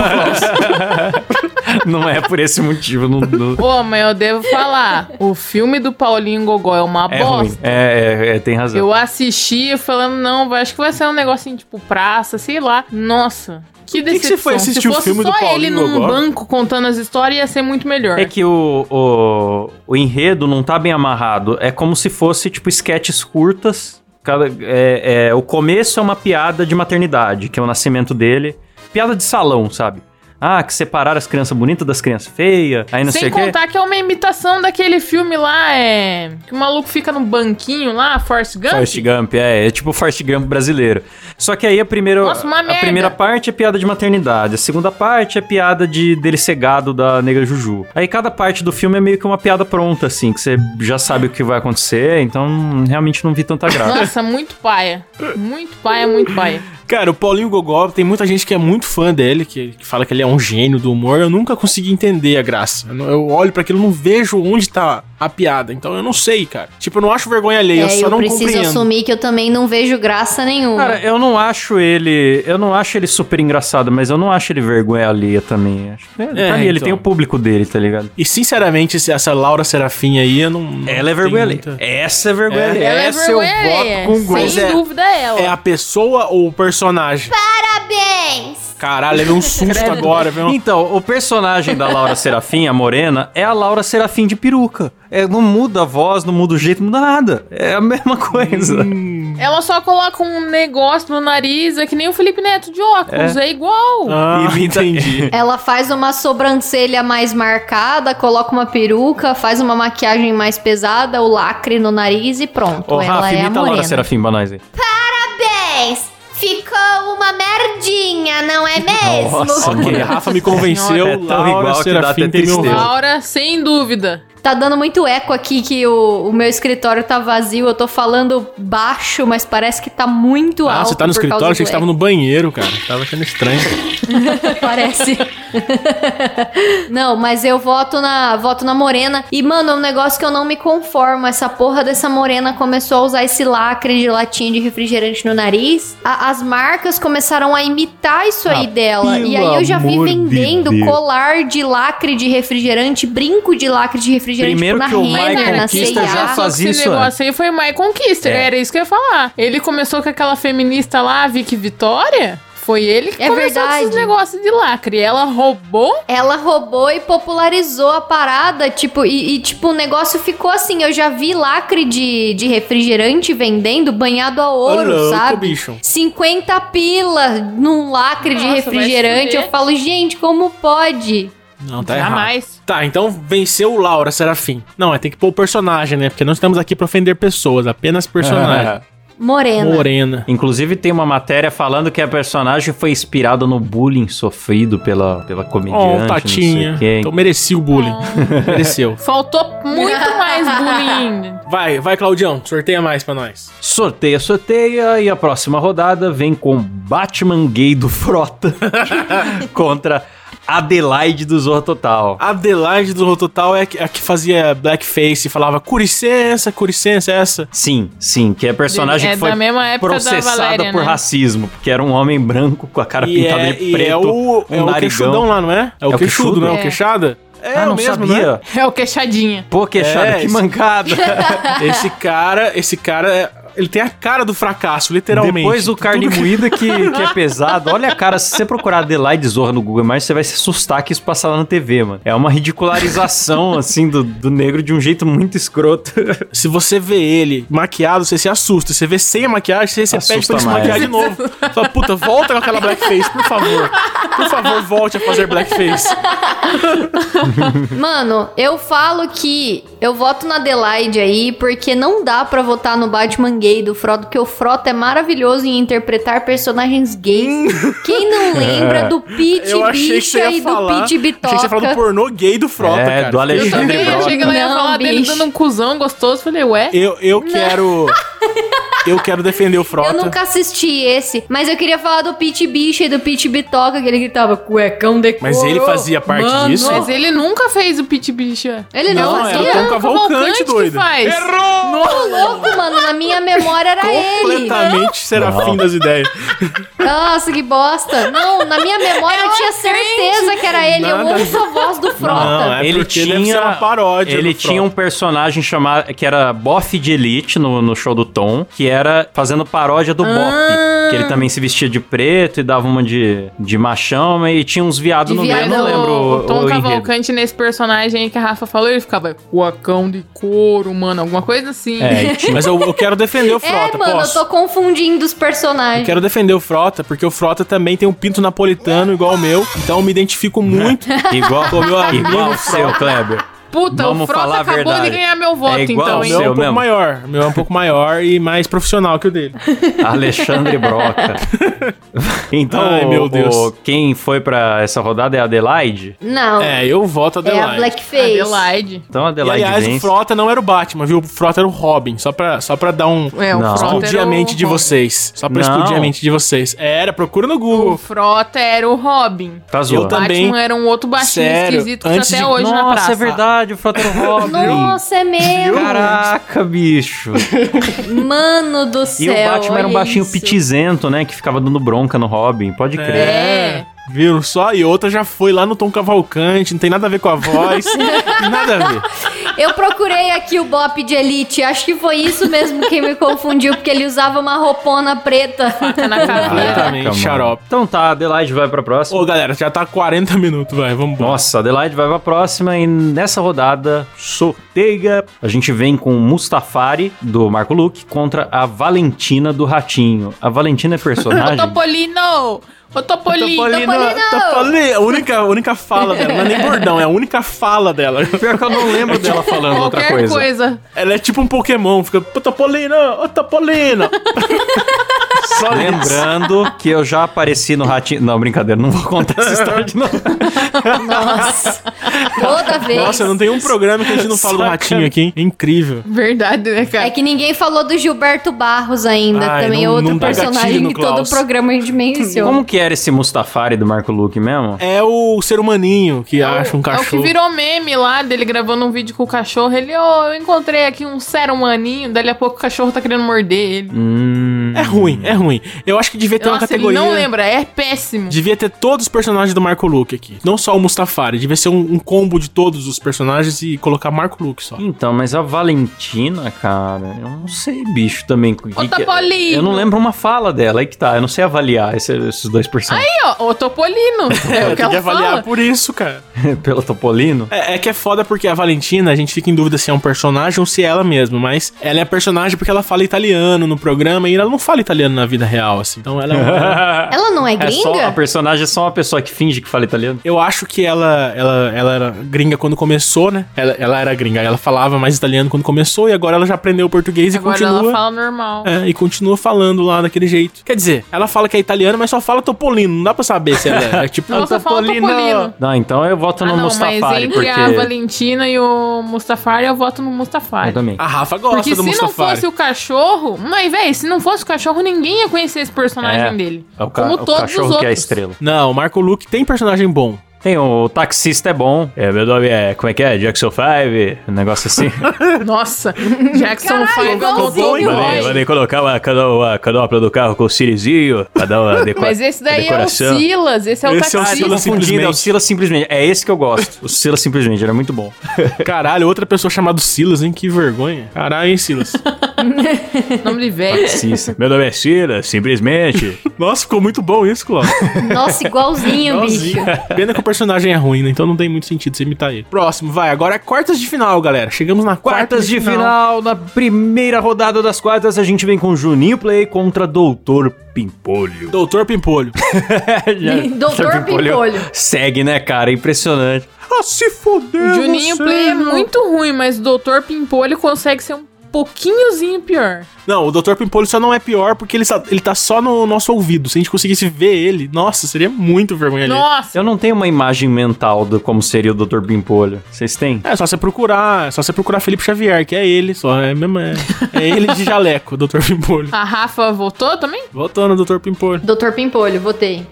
[SPEAKER 1] não é por esse motivo, não, não-
[SPEAKER 4] Pô, mas eu devo falar, o filme do Paulinho Gogó é uma
[SPEAKER 1] é ruim.
[SPEAKER 4] bosta.
[SPEAKER 1] É, é, é, tem razão.
[SPEAKER 4] Eu assisti falando, não, vai- acho que vai ser um negocinho tipo praça, sei lá. Nossa, que
[SPEAKER 2] que
[SPEAKER 4] decepção.
[SPEAKER 2] você foi assistir
[SPEAKER 4] Se
[SPEAKER 2] o
[SPEAKER 4] fosse
[SPEAKER 2] filme do
[SPEAKER 4] só
[SPEAKER 2] Paulinho
[SPEAKER 4] ele num
[SPEAKER 2] Gogó?
[SPEAKER 4] banco contando as histórias, ia ser muito melhor.
[SPEAKER 1] É que o, o, o enredo não tá bem amarrado. É como se fosse, tipo, sketches curtas. Cada, é, é, o começo é uma piada de maternidade, que é o nascimento dele. Piada de salão, sabe? Ah, que separaram as crianças bonitas das crianças feias, aí não sei
[SPEAKER 4] Sem
[SPEAKER 1] o quê.
[SPEAKER 4] contar que é uma imitação daquele filme lá, é. Que o maluco fica no banquinho lá, Force Gump.
[SPEAKER 1] Forrest Gump, é, é tipo o Forrest Gump brasileiro. Só que aí a primeira,
[SPEAKER 4] Nossa, uma
[SPEAKER 1] a
[SPEAKER 4] merda.
[SPEAKER 1] primeira parte é piada de maternidade, a segunda parte é piada de dele ser gado da negra Juju. Aí cada parte do filme é meio que uma piada pronta, assim, que você já sabe o que vai acontecer, então realmente não vi tanta graça.
[SPEAKER 4] Nossa, muito paia. Muito paia, muito paia.
[SPEAKER 2] Cara, o Paulinho Gogó, tem muita gente que é muito fã dele, que, que fala que ele é um gênio do humor. Eu nunca consegui entender a graça. Eu, não- eu olho pra aquilo e não vejo onde tá a piada. Então eu não sei, cara. Tipo, eu não acho vergonha alheia, eu
[SPEAKER 5] É,
[SPEAKER 2] só
[SPEAKER 5] eu
[SPEAKER 2] não
[SPEAKER 5] preciso
[SPEAKER 2] compreendo.
[SPEAKER 5] assumir que eu também não vejo graça nenhuma.
[SPEAKER 1] Cara, eu não acho ele. Eu não acho ele super engraçado, mas eu não acho ele vergonha alheia também. Acho que, é,
[SPEAKER 2] É,
[SPEAKER 1] tá ali, ele
[SPEAKER 2] então.
[SPEAKER 1] tem o público dele, tá ligado?
[SPEAKER 2] E sinceramente, esse- essa Laura Serafim aí, eu não.
[SPEAKER 1] Ela é
[SPEAKER 2] não
[SPEAKER 1] vergonha
[SPEAKER 2] tenho
[SPEAKER 1] alheia.
[SPEAKER 2] muita-
[SPEAKER 1] Essa é vergonha
[SPEAKER 2] É.
[SPEAKER 1] alheia.
[SPEAKER 4] Ela é
[SPEAKER 1] Essa eu
[SPEAKER 4] vergonha alheia,
[SPEAKER 1] voto com gosto.
[SPEAKER 2] Mas
[SPEAKER 4] Sem
[SPEAKER 2] é-
[SPEAKER 4] dúvida é ela.
[SPEAKER 2] É a pessoa ou o personagem?
[SPEAKER 5] Parabéns!
[SPEAKER 2] Caralho, levei um susto agora, viu?
[SPEAKER 1] Então, o personagem da Laura Serafim, a morena, é a Laura Serafim de peruca. É, não muda a voz, não muda o jeito, não muda nada. É a mesma coisa.
[SPEAKER 4] Ela só coloca um negócio no nariz, é que nem o Felipe Neto de óculos, é, igual.
[SPEAKER 2] Ah,
[SPEAKER 1] E me-
[SPEAKER 2] entendi.
[SPEAKER 5] Ela faz uma sobrancelha mais marcada, coloca uma peruca, faz uma maquiagem mais pesada, o lacre no nariz e pronto.
[SPEAKER 1] Ô,
[SPEAKER 5] ela
[SPEAKER 1] Rafa,
[SPEAKER 5] é a
[SPEAKER 1] imita a Laura
[SPEAKER 5] morena.
[SPEAKER 1] Serafim pra nós aí.
[SPEAKER 5] Parabéns! Ficou uma merdinha, não é
[SPEAKER 1] Nossa,
[SPEAKER 2] ok,
[SPEAKER 1] mano.
[SPEAKER 2] Rafa me convenceu.
[SPEAKER 1] É tão
[SPEAKER 2] Laura
[SPEAKER 1] igual que dá
[SPEAKER 2] Serafim
[SPEAKER 1] até
[SPEAKER 2] tem meu
[SPEAKER 1] tristeza.
[SPEAKER 4] Laura, sem dúvida.
[SPEAKER 5] Tá dando muito eco aqui que o, o meu escritório tá vazio. Eu tô falando baixo, mas parece que tá muito
[SPEAKER 2] Ah,
[SPEAKER 5] alto.
[SPEAKER 2] você tá no
[SPEAKER 5] por causa
[SPEAKER 2] escritório? Achei que
[SPEAKER 5] do
[SPEAKER 2] você tava no banheiro, cara. Tava achando estranho.
[SPEAKER 5] Parece. não, mas eu voto na, voto na Morena. E, mano, é um negócio que eu não me conformo. Essa porra dessa Morena começou a usar esse lacre de latinha de refrigerante no nariz. A- as marcas começaram a imitar isso aí dela. E aí eu já vi
[SPEAKER 1] Ah, pelo amor de
[SPEAKER 5] vendendo
[SPEAKER 1] Deus.
[SPEAKER 5] colar de lacre de refrigerante, brinco de lacre de refrigerante
[SPEAKER 1] Primeiro
[SPEAKER 5] tipo,
[SPEAKER 1] que o
[SPEAKER 5] na
[SPEAKER 1] Mike
[SPEAKER 5] Renner, na
[SPEAKER 1] Conquista
[SPEAKER 5] C&A.
[SPEAKER 1] já faz
[SPEAKER 4] Esse
[SPEAKER 1] isso,
[SPEAKER 4] negócio aí foi My Conquista,
[SPEAKER 1] É.
[SPEAKER 4] era isso que eu ia falar. Ele começou com aquela feminista lá, a Vicky Vitória. Foi ele que
[SPEAKER 5] É
[SPEAKER 4] começou com
[SPEAKER 5] verdade.
[SPEAKER 4] esses negócios de lacre. Ela roubou
[SPEAKER 5] Ela roubou e popularizou a parada, tipo, e, e, tipo, o negócio ficou assim, eu já vi lacre de, de refrigerante vendendo banhado a
[SPEAKER 2] Ô,
[SPEAKER 5] ouro,
[SPEAKER 2] louco,
[SPEAKER 5] sabe?
[SPEAKER 2] bicho.
[SPEAKER 5] 50 pila num lacre de
[SPEAKER 4] Nossa, vai se
[SPEAKER 5] refrigerante.
[SPEAKER 4] fuder.
[SPEAKER 5] Eu falo, gente, como pode?
[SPEAKER 2] Não, tá errado.
[SPEAKER 4] Jamais.
[SPEAKER 2] Tá, então venceu o Laura Serafim. Não, é tem que pôr o personagem, né? Porque não estamos aqui pra ofender pessoas, apenas personagem.
[SPEAKER 5] Morena.
[SPEAKER 2] Morena.
[SPEAKER 1] Inclusive tem uma matéria falando que a personagem foi inspirada no bullying sofrido pela, pela comediante,
[SPEAKER 2] Ó, oh,
[SPEAKER 1] não sei
[SPEAKER 2] Tatinha.
[SPEAKER 1] quem.
[SPEAKER 2] Então merecia o bullying. mereceu.
[SPEAKER 4] Faltou muito mais bullying.
[SPEAKER 2] Vai, vai, Claudião. Sorteia mais pra nós.
[SPEAKER 1] Sorteia, sorteia, e a próxima rodada vem com Batman gay do Frota contra Adelaide do Zorro Total.
[SPEAKER 2] Adelaide do Rototal é a que- a que fazia blackface e falava curicença, curicença, essa.
[SPEAKER 1] Sim, sim, que é personagem
[SPEAKER 4] É
[SPEAKER 1] que foi
[SPEAKER 4] da mesma época da
[SPEAKER 1] processada
[SPEAKER 4] Valéria,
[SPEAKER 1] por
[SPEAKER 4] né?
[SPEAKER 1] racismo, porque era um homem branco com a cara
[SPEAKER 2] E
[SPEAKER 1] pintada
[SPEAKER 2] é,
[SPEAKER 1] de
[SPEAKER 2] e
[SPEAKER 1] preto,
[SPEAKER 2] é o, é
[SPEAKER 1] um
[SPEAKER 2] o queixudão
[SPEAKER 1] narigão.
[SPEAKER 2] lá, não é? É o,
[SPEAKER 1] É o
[SPEAKER 2] queixudo,
[SPEAKER 1] queixudo?
[SPEAKER 2] não é? O
[SPEAKER 5] É.
[SPEAKER 2] queixada? É
[SPEAKER 1] ah, não sabia.
[SPEAKER 2] né?
[SPEAKER 4] É o queixadinha.
[SPEAKER 1] Pô, queixada,
[SPEAKER 2] É,
[SPEAKER 1] que
[SPEAKER 2] esse-
[SPEAKER 1] mancada.
[SPEAKER 2] Esse cara, esse cara, é- ele tem a cara do fracasso, literalmente.
[SPEAKER 1] Depois o
[SPEAKER 2] Tudo
[SPEAKER 1] carne
[SPEAKER 2] que-
[SPEAKER 1] moída que, que é pesado. Olha, cara, se você procurar Adelaide Zorra no Google Imagens, você vai se assustar que isso passa lá na TV, mano. É uma ridicularização, assim, do, do negro de um jeito muito escroto.
[SPEAKER 2] Se você vê ele maquiado, você se assusta. Se você vê sem a maquiagem, você, você
[SPEAKER 1] Assusta
[SPEAKER 2] pede pra ele se
[SPEAKER 1] mais.
[SPEAKER 2] maquiar de novo. Você Fala, puta, volta com aquela blackface, por favor. Por favor, volte a fazer blackface.
[SPEAKER 5] Mano, eu falo que eu voto na Adelaide aí, porque não dá pra votar no Batman gay do Frodo, porque o Frodo é maravilhoso em interpretar personagens gays. Quem não lembra do Pete
[SPEAKER 2] Hum. É. Eu achei que você
[SPEAKER 5] Bicha
[SPEAKER 2] ia
[SPEAKER 5] e do
[SPEAKER 2] falar.
[SPEAKER 5] Pete
[SPEAKER 2] Achei que você ia falar do
[SPEAKER 5] Bitoca?
[SPEAKER 2] pornô gay do Frota,
[SPEAKER 1] É,
[SPEAKER 2] cara.
[SPEAKER 1] do
[SPEAKER 4] Eu
[SPEAKER 1] Alexandre
[SPEAKER 4] também
[SPEAKER 1] Broca.
[SPEAKER 4] achei que ela ia
[SPEAKER 5] Não,
[SPEAKER 4] falar dele
[SPEAKER 5] bicho.
[SPEAKER 4] dando um cuzão gostoso. Falei, ué?
[SPEAKER 2] Eu, eu quero. Eu quero defender o Frota.
[SPEAKER 5] Eu nunca assisti esse, mas eu queria falar do Pete Bicha e do Pete Bitoca, que ele gritava cuecão de
[SPEAKER 2] Mas
[SPEAKER 5] couro".
[SPEAKER 2] ele fazia parte
[SPEAKER 5] Mano,
[SPEAKER 2] disso?
[SPEAKER 4] Mas ele nunca fez o pit bicha. é
[SPEAKER 5] Ele não,
[SPEAKER 2] Não, era
[SPEAKER 5] fazia.
[SPEAKER 2] o Tom Cavalcante,
[SPEAKER 4] que
[SPEAKER 2] doido.
[SPEAKER 4] faz.
[SPEAKER 5] Tô louco, mano. Na minha memória era é ele.
[SPEAKER 2] Completamente serafim
[SPEAKER 1] Não.
[SPEAKER 2] das ideias.
[SPEAKER 5] Nossa, que bosta. Não, na minha memória eu tinha certeza que era ele.
[SPEAKER 2] Nada.
[SPEAKER 5] Eu ouço a voz do Frota.
[SPEAKER 2] Não, é
[SPEAKER 1] ele
[SPEAKER 2] porque deve
[SPEAKER 1] tinha-
[SPEAKER 2] ser uma paródia.
[SPEAKER 1] Ele
[SPEAKER 2] do
[SPEAKER 1] tinha um
[SPEAKER 2] Frota.
[SPEAKER 1] personagem chamado que era Boff de Elite no, no show do Tom, que era fazendo paródia do Boff. Que ele também se vestia de preto e dava uma de, de machão, e tinha uns viados
[SPEAKER 5] De
[SPEAKER 1] no meio, eu
[SPEAKER 5] viado.
[SPEAKER 4] Mas
[SPEAKER 1] não
[SPEAKER 4] o-
[SPEAKER 1] lembro
[SPEAKER 4] o,
[SPEAKER 1] o,
[SPEAKER 4] Tom
[SPEAKER 1] o enredo.
[SPEAKER 4] Cavalcante nesse personagem aí que a Rafa falou, ele ficava cuacão de couro, mano, alguma coisa assim.
[SPEAKER 1] É, e tinha-
[SPEAKER 2] Mas eu, eu quero defender o
[SPEAKER 5] É,
[SPEAKER 2] Frota,
[SPEAKER 5] mano,
[SPEAKER 2] posso?
[SPEAKER 5] eu tô confundindo os personagens.
[SPEAKER 2] Eu quero defender o Frota, porque o Frota também tem um pinto napolitano igual o meu, então eu me identifico muito.
[SPEAKER 1] É. igual,
[SPEAKER 2] Pô, meu amigo,
[SPEAKER 1] igual o seu, Kleber.
[SPEAKER 4] Puta,
[SPEAKER 1] Vamos
[SPEAKER 4] o Frota
[SPEAKER 1] falar a
[SPEAKER 4] acabou
[SPEAKER 1] verdade.
[SPEAKER 4] de ganhar meu voto,
[SPEAKER 1] É igual
[SPEAKER 2] O
[SPEAKER 4] então,
[SPEAKER 1] o
[SPEAKER 4] hein?
[SPEAKER 2] meu é um pouco
[SPEAKER 1] mesmo.
[SPEAKER 2] maior. O meu é um pouco maior e mais profissional que o dele.
[SPEAKER 1] Alexandre Broca. Então,
[SPEAKER 2] Ai, meu
[SPEAKER 1] o-
[SPEAKER 2] Deus.
[SPEAKER 1] o- quem foi pra essa rodada é a Adelaide.
[SPEAKER 5] Não, é,
[SPEAKER 2] É, eu voto a
[SPEAKER 5] a
[SPEAKER 2] Adelaide.
[SPEAKER 5] Blackface.
[SPEAKER 4] Adelaide.
[SPEAKER 1] Então a
[SPEAKER 2] e,
[SPEAKER 1] Adelaide
[SPEAKER 2] aliás, o
[SPEAKER 1] vence.
[SPEAKER 2] Frota não era o Batman, viu? O Frota era o Robin, só pra, só pra dar um...
[SPEAKER 4] É, o
[SPEAKER 1] Não.
[SPEAKER 4] Frota
[SPEAKER 2] Explodir
[SPEAKER 4] era
[SPEAKER 2] a
[SPEAKER 4] o
[SPEAKER 2] mente de
[SPEAKER 4] Robin.
[SPEAKER 2] vocês. Só
[SPEAKER 1] Não.
[SPEAKER 2] pra explodir a mente de vocês. É, Era, procura no
[SPEAKER 4] O
[SPEAKER 2] Google.
[SPEAKER 4] Frota era o Robin.
[SPEAKER 1] Tá zoando.
[SPEAKER 2] Eu também.
[SPEAKER 4] Batman era um outro baixinho
[SPEAKER 2] Sério,
[SPEAKER 4] esquisito que tá
[SPEAKER 2] antes
[SPEAKER 4] até
[SPEAKER 2] de-
[SPEAKER 4] hoje na
[SPEAKER 1] Nossa,
[SPEAKER 4] praça.
[SPEAKER 1] é verdade, o Frota era o Robin.
[SPEAKER 5] Nossa, é mesmo.
[SPEAKER 1] Caraca, bicho.
[SPEAKER 5] Mano do
[SPEAKER 1] E
[SPEAKER 5] céu.
[SPEAKER 1] o Batman era um
[SPEAKER 5] olha
[SPEAKER 1] baixinho
[SPEAKER 5] isso.
[SPEAKER 1] pitizento, né? Que ficava dando bronca no Robin. Pode crer.
[SPEAKER 4] É.
[SPEAKER 2] Viram só? E outra já foi lá no Tom Cavalcante, não tem nada a ver com a voz. nada a ver.
[SPEAKER 1] Ah, tá,
[SPEAKER 5] Eu procurei aqui o Bop de Elite. Acho que foi isso mesmo que me confundiu, porque ele usava uma roupona preta.
[SPEAKER 4] Tá na caveira.
[SPEAKER 2] Completamente
[SPEAKER 1] mano.
[SPEAKER 2] xarope.
[SPEAKER 1] Então tá, Adelaide vai pra próxima.
[SPEAKER 2] Ô, galera, já tá 40 minutos, vai, vamos
[SPEAKER 1] Nossa, Adelaide vai pra próxima e nessa rodada, sorteia. A gente vem com o Mustafari, do Marco Luke, contra a Valentina do Ratinho. A Valentina é
[SPEAKER 4] Ô,
[SPEAKER 1] personagem.
[SPEAKER 4] Topolino! Ô, Topolino!
[SPEAKER 2] Topolino, Topolino, a única, a única fala dela, não é nem bordão, é a única fala dela.
[SPEAKER 1] Pior que eu não lembro dela falando outra
[SPEAKER 4] Qualquer
[SPEAKER 1] coisa.
[SPEAKER 4] coisa.
[SPEAKER 2] Ela é tipo um Pokémon, fica, "Ô, Topolino, ô Topolino.
[SPEAKER 1] Só lembrando que eu já apareci no Ratinho. Não, brincadeira, não vou contar essa história de novo.
[SPEAKER 5] Nossa. Toda vez.
[SPEAKER 2] Nossa, não tem um programa que a gente não fala do ratinho aqui, hein? É incrível.
[SPEAKER 4] Verdade, né, cara?
[SPEAKER 5] É que ninguém falou do Gilberto Barros ainda.
[SPEAKER 2] Ai,
[SPEAKER 5] também
[SPEAKER 2] não-
[SPEAKER 5] é outro
[SPEAKER 2] não dá gatilho
[SPEAKER 5] personagem
[SPEAKER 2] no
[SPEAKER 5] que todo
[SPEAKER 2] Klaus.
[SPEAKER 5] programa a gente menciona.
[SPEAKER 1] Como que era esse Mustafari do Marco Luke mesmo?
[SPEAKER 2] É o ser humaninho que acha um
[SPEAKER 4] É o que
[SPEAKER 2] cachorro.
[SPEAKER 4] virou meme lá dele gravando um vídeo com o cachorro. Ele, ó, eu encontrei aqui um ser humaninho. Dali a pouco o cachorro tá querendo morder ele.
[SPEAKER 1] Hum.
[SPEAKER 2] É ruim, é ruim. Eu acho que devia ter uma
[SPEAKER 4] Nossa, ele
[SPEAKER 2] categoria.
[SPEAKER 4] não lembra, é péssimo.
[SPEAKER 2] Devia ter todos os personagens do Marco Luke aqui. Não só o Mustafari. Devia ser um, um combo de todos os personagens e colocar Marco Luke
[SPEAKER 4] É
[SPEAKER 2] só.
[SPEAKER 1] Então, mas a Valentina, cara, eu não sei, bicho, também. o que que-
[SPEAKER 4] Topolino!
[SPEAKER 1] eu não lembro uma fala dela, aí que tá. Eu não sei avaliar esse- esses dois personagens.
[SPEAKER 4] Aí, ó, o Topolino. É o que
[SPEAKER 2] Tem
[SPEAKER 4] ela fala.
[SPEAKER 2] por isso, cara.
[SPEAKER 1] Pelo Topolino.
[SPEAKER 2] É, é que é foda porque a Valentina, a gente fica em dúvida se é um personagem ou se é ela mesma, mas ela é personagem porque ela fala italiano no programa e ela não fala italiano na na vida real, assim. Então ela é uma...
[SPEAKER 5] Ela não é
[SPEAKER 1] É só, a
[SPEAKER 5] gringa?
[SPEAKER 1] personagem é só uma pessoa que finge que fala italiano.
[SPEAKER 2] Eu acho que ela, ela, ela era gringa quando começou, né? Ela, ela era gringa, ela falava mais italiano quando começou e agora ela já aprendeu o português
[SPEAKER 4] Agora
[SPEAKER 2] e continua.
[SPEAKER 4] ela fala normal.
[SPEAKER 2] É, e continua falando lá daquele jeito. Quer dizer, ela fala que é italiana, mas só fala topolino. Não dá pra saber se ela é, é tipo.
[SPEAKER 4] Ela só fala Topolino.
[SPEAKER 1] Não, então eu voto
[SPEAKER 4] Ah,
[SPEAKER 1] no
[SPEAKER 4] não, mas
[SPEAKER 1] Mustafari,
[SPEAKER 4] entre
[SPEAKER 1] porque...
[SPEAKER 4] a Valentina e o Mustafari, eu voto no
[SPEAKER 1] Eu
[SPEAKER 4] Mustafari.
[SPEAKER 1] também.
[SPEAKER 2] A Rafa gosta
[SPEAKER 4] Porque se
[SPEAKER 2] do
[SPEAKER 4] não
[SPEAKER 2] Mustafari.
[SPEAKER 4] fosse o cachorro. Mas, velho, se não fosse o cachorro, ninguém ia conhecer esse personagem
[SPEAKER 1] É.
[SPEAKER 4] dele.
[SPEAKER 1] É o, ca-
[SPEAKER 4] Como
[SPEAKER 1] o
[SPEAKER 4] todos os
[SPEAKER 1] cachorro
[SPEAKER 4] outros.
[SPEAKER 1] que é a estrela.
[SPEAKER 2] Não, o Marco Luke tem personagem bom.
[SPEAKER 1] Tem o, taxista é bom. É, meu nome é. Como é que é? Jackson 5. Um negócio assim.
[SPEAKER 4] Nossa, Jackson Five é
[SPEAKER 5] igualzinho,
[SPEAKER 4] voltou
[SPEAKER 2] hein,
[SPEAKER 1] Mandei,
[SPEAKER 4] boy.
[SPEAKER 1] mandei colocar uma canoa, canopla do carro com o Sirizinho pra dar uma decora-
[SPEAKER 4] Mas esse daí é
[SPEAKER 1] decoração.
[SPEAKER 4] o Silas, esse é
[SPEAKER 1] Ah,
[SPEAKER 2] Esse é o
[SPEAKER 4] o
[SPEAKER 1] eu tô
[SPEAKER 2] Silas.
[SPEAKER 4] taxista.
[SPEAKER 1] confundindo, é o
[SPEAKER 2] Simplesmente.
[SPEAKER 1] Sila Simplesmente. É esse que eu gosto. O Sila Simplesmente, era muito bom.
[SPEAKER 2] Caralho, outra pessoa chamada Silas, hein? Que vergonha. Caralho, hein, Silas?
[SPEAKER 4] Nome de velho.
[SPEAKER 1] Taxista. Meu nome é Sila, simplesmente.
[SPEAKER 2] Nossa, ficou muito bom isso, Cláudio.
[SPEAKER 5] Nossa, igualzinho, bicho.
[SPEAKER 2] Igualzinho. Pena que o personagem é ruim, né? Então não tem muito sentido você imitar ele. Próximo, vai. Agora é quartas de final, galera. Chegamos na
[SPEAKER 1] Quartas de final, na primeira rodada das quartas, a gente vem com Juninho Play contra Doutor Pimpolho.
[SPEAKER 2] Doutor Pimpolho.
[SPEAKER 1] É.
[SPEAKER 5] Doutor Pimpolho.
[SPEAKER 1] Segue, né, cara? Impressionante.
[SPEAKER 2] ah, se fodeu.
[SPEAKER 4] Juninho Play é muito ruim, mas o Dr. Pimpolho consegue ser um pouquinhozinho pior.
[SPEAKER 2] Não, o Dr. Pimpolho só não é pior porque ele, só- ele tá só no nosso ouvido. Se a gente conseguisse ver ele, nossa, seria muito vergonha ali.
[SPEAKER 4] Nossa,
[SPEAKER 1] Eu não tenho uma imagem mental do como seria o Dr. Pimpolho. Vocês têm?
[SPEAKER 2] É só você procurar, é só você procurar Felipe Xavier, que é ele, só é mesmo. É, é ele de jaleco, Dr. Pimpolho.
[SPEAKER 4] a Rafa voltou também?
[SPEAKER 2] Voltando, Dr. Pimpolho.
[SPEAKER 5] Doutor Pimpolho, votei.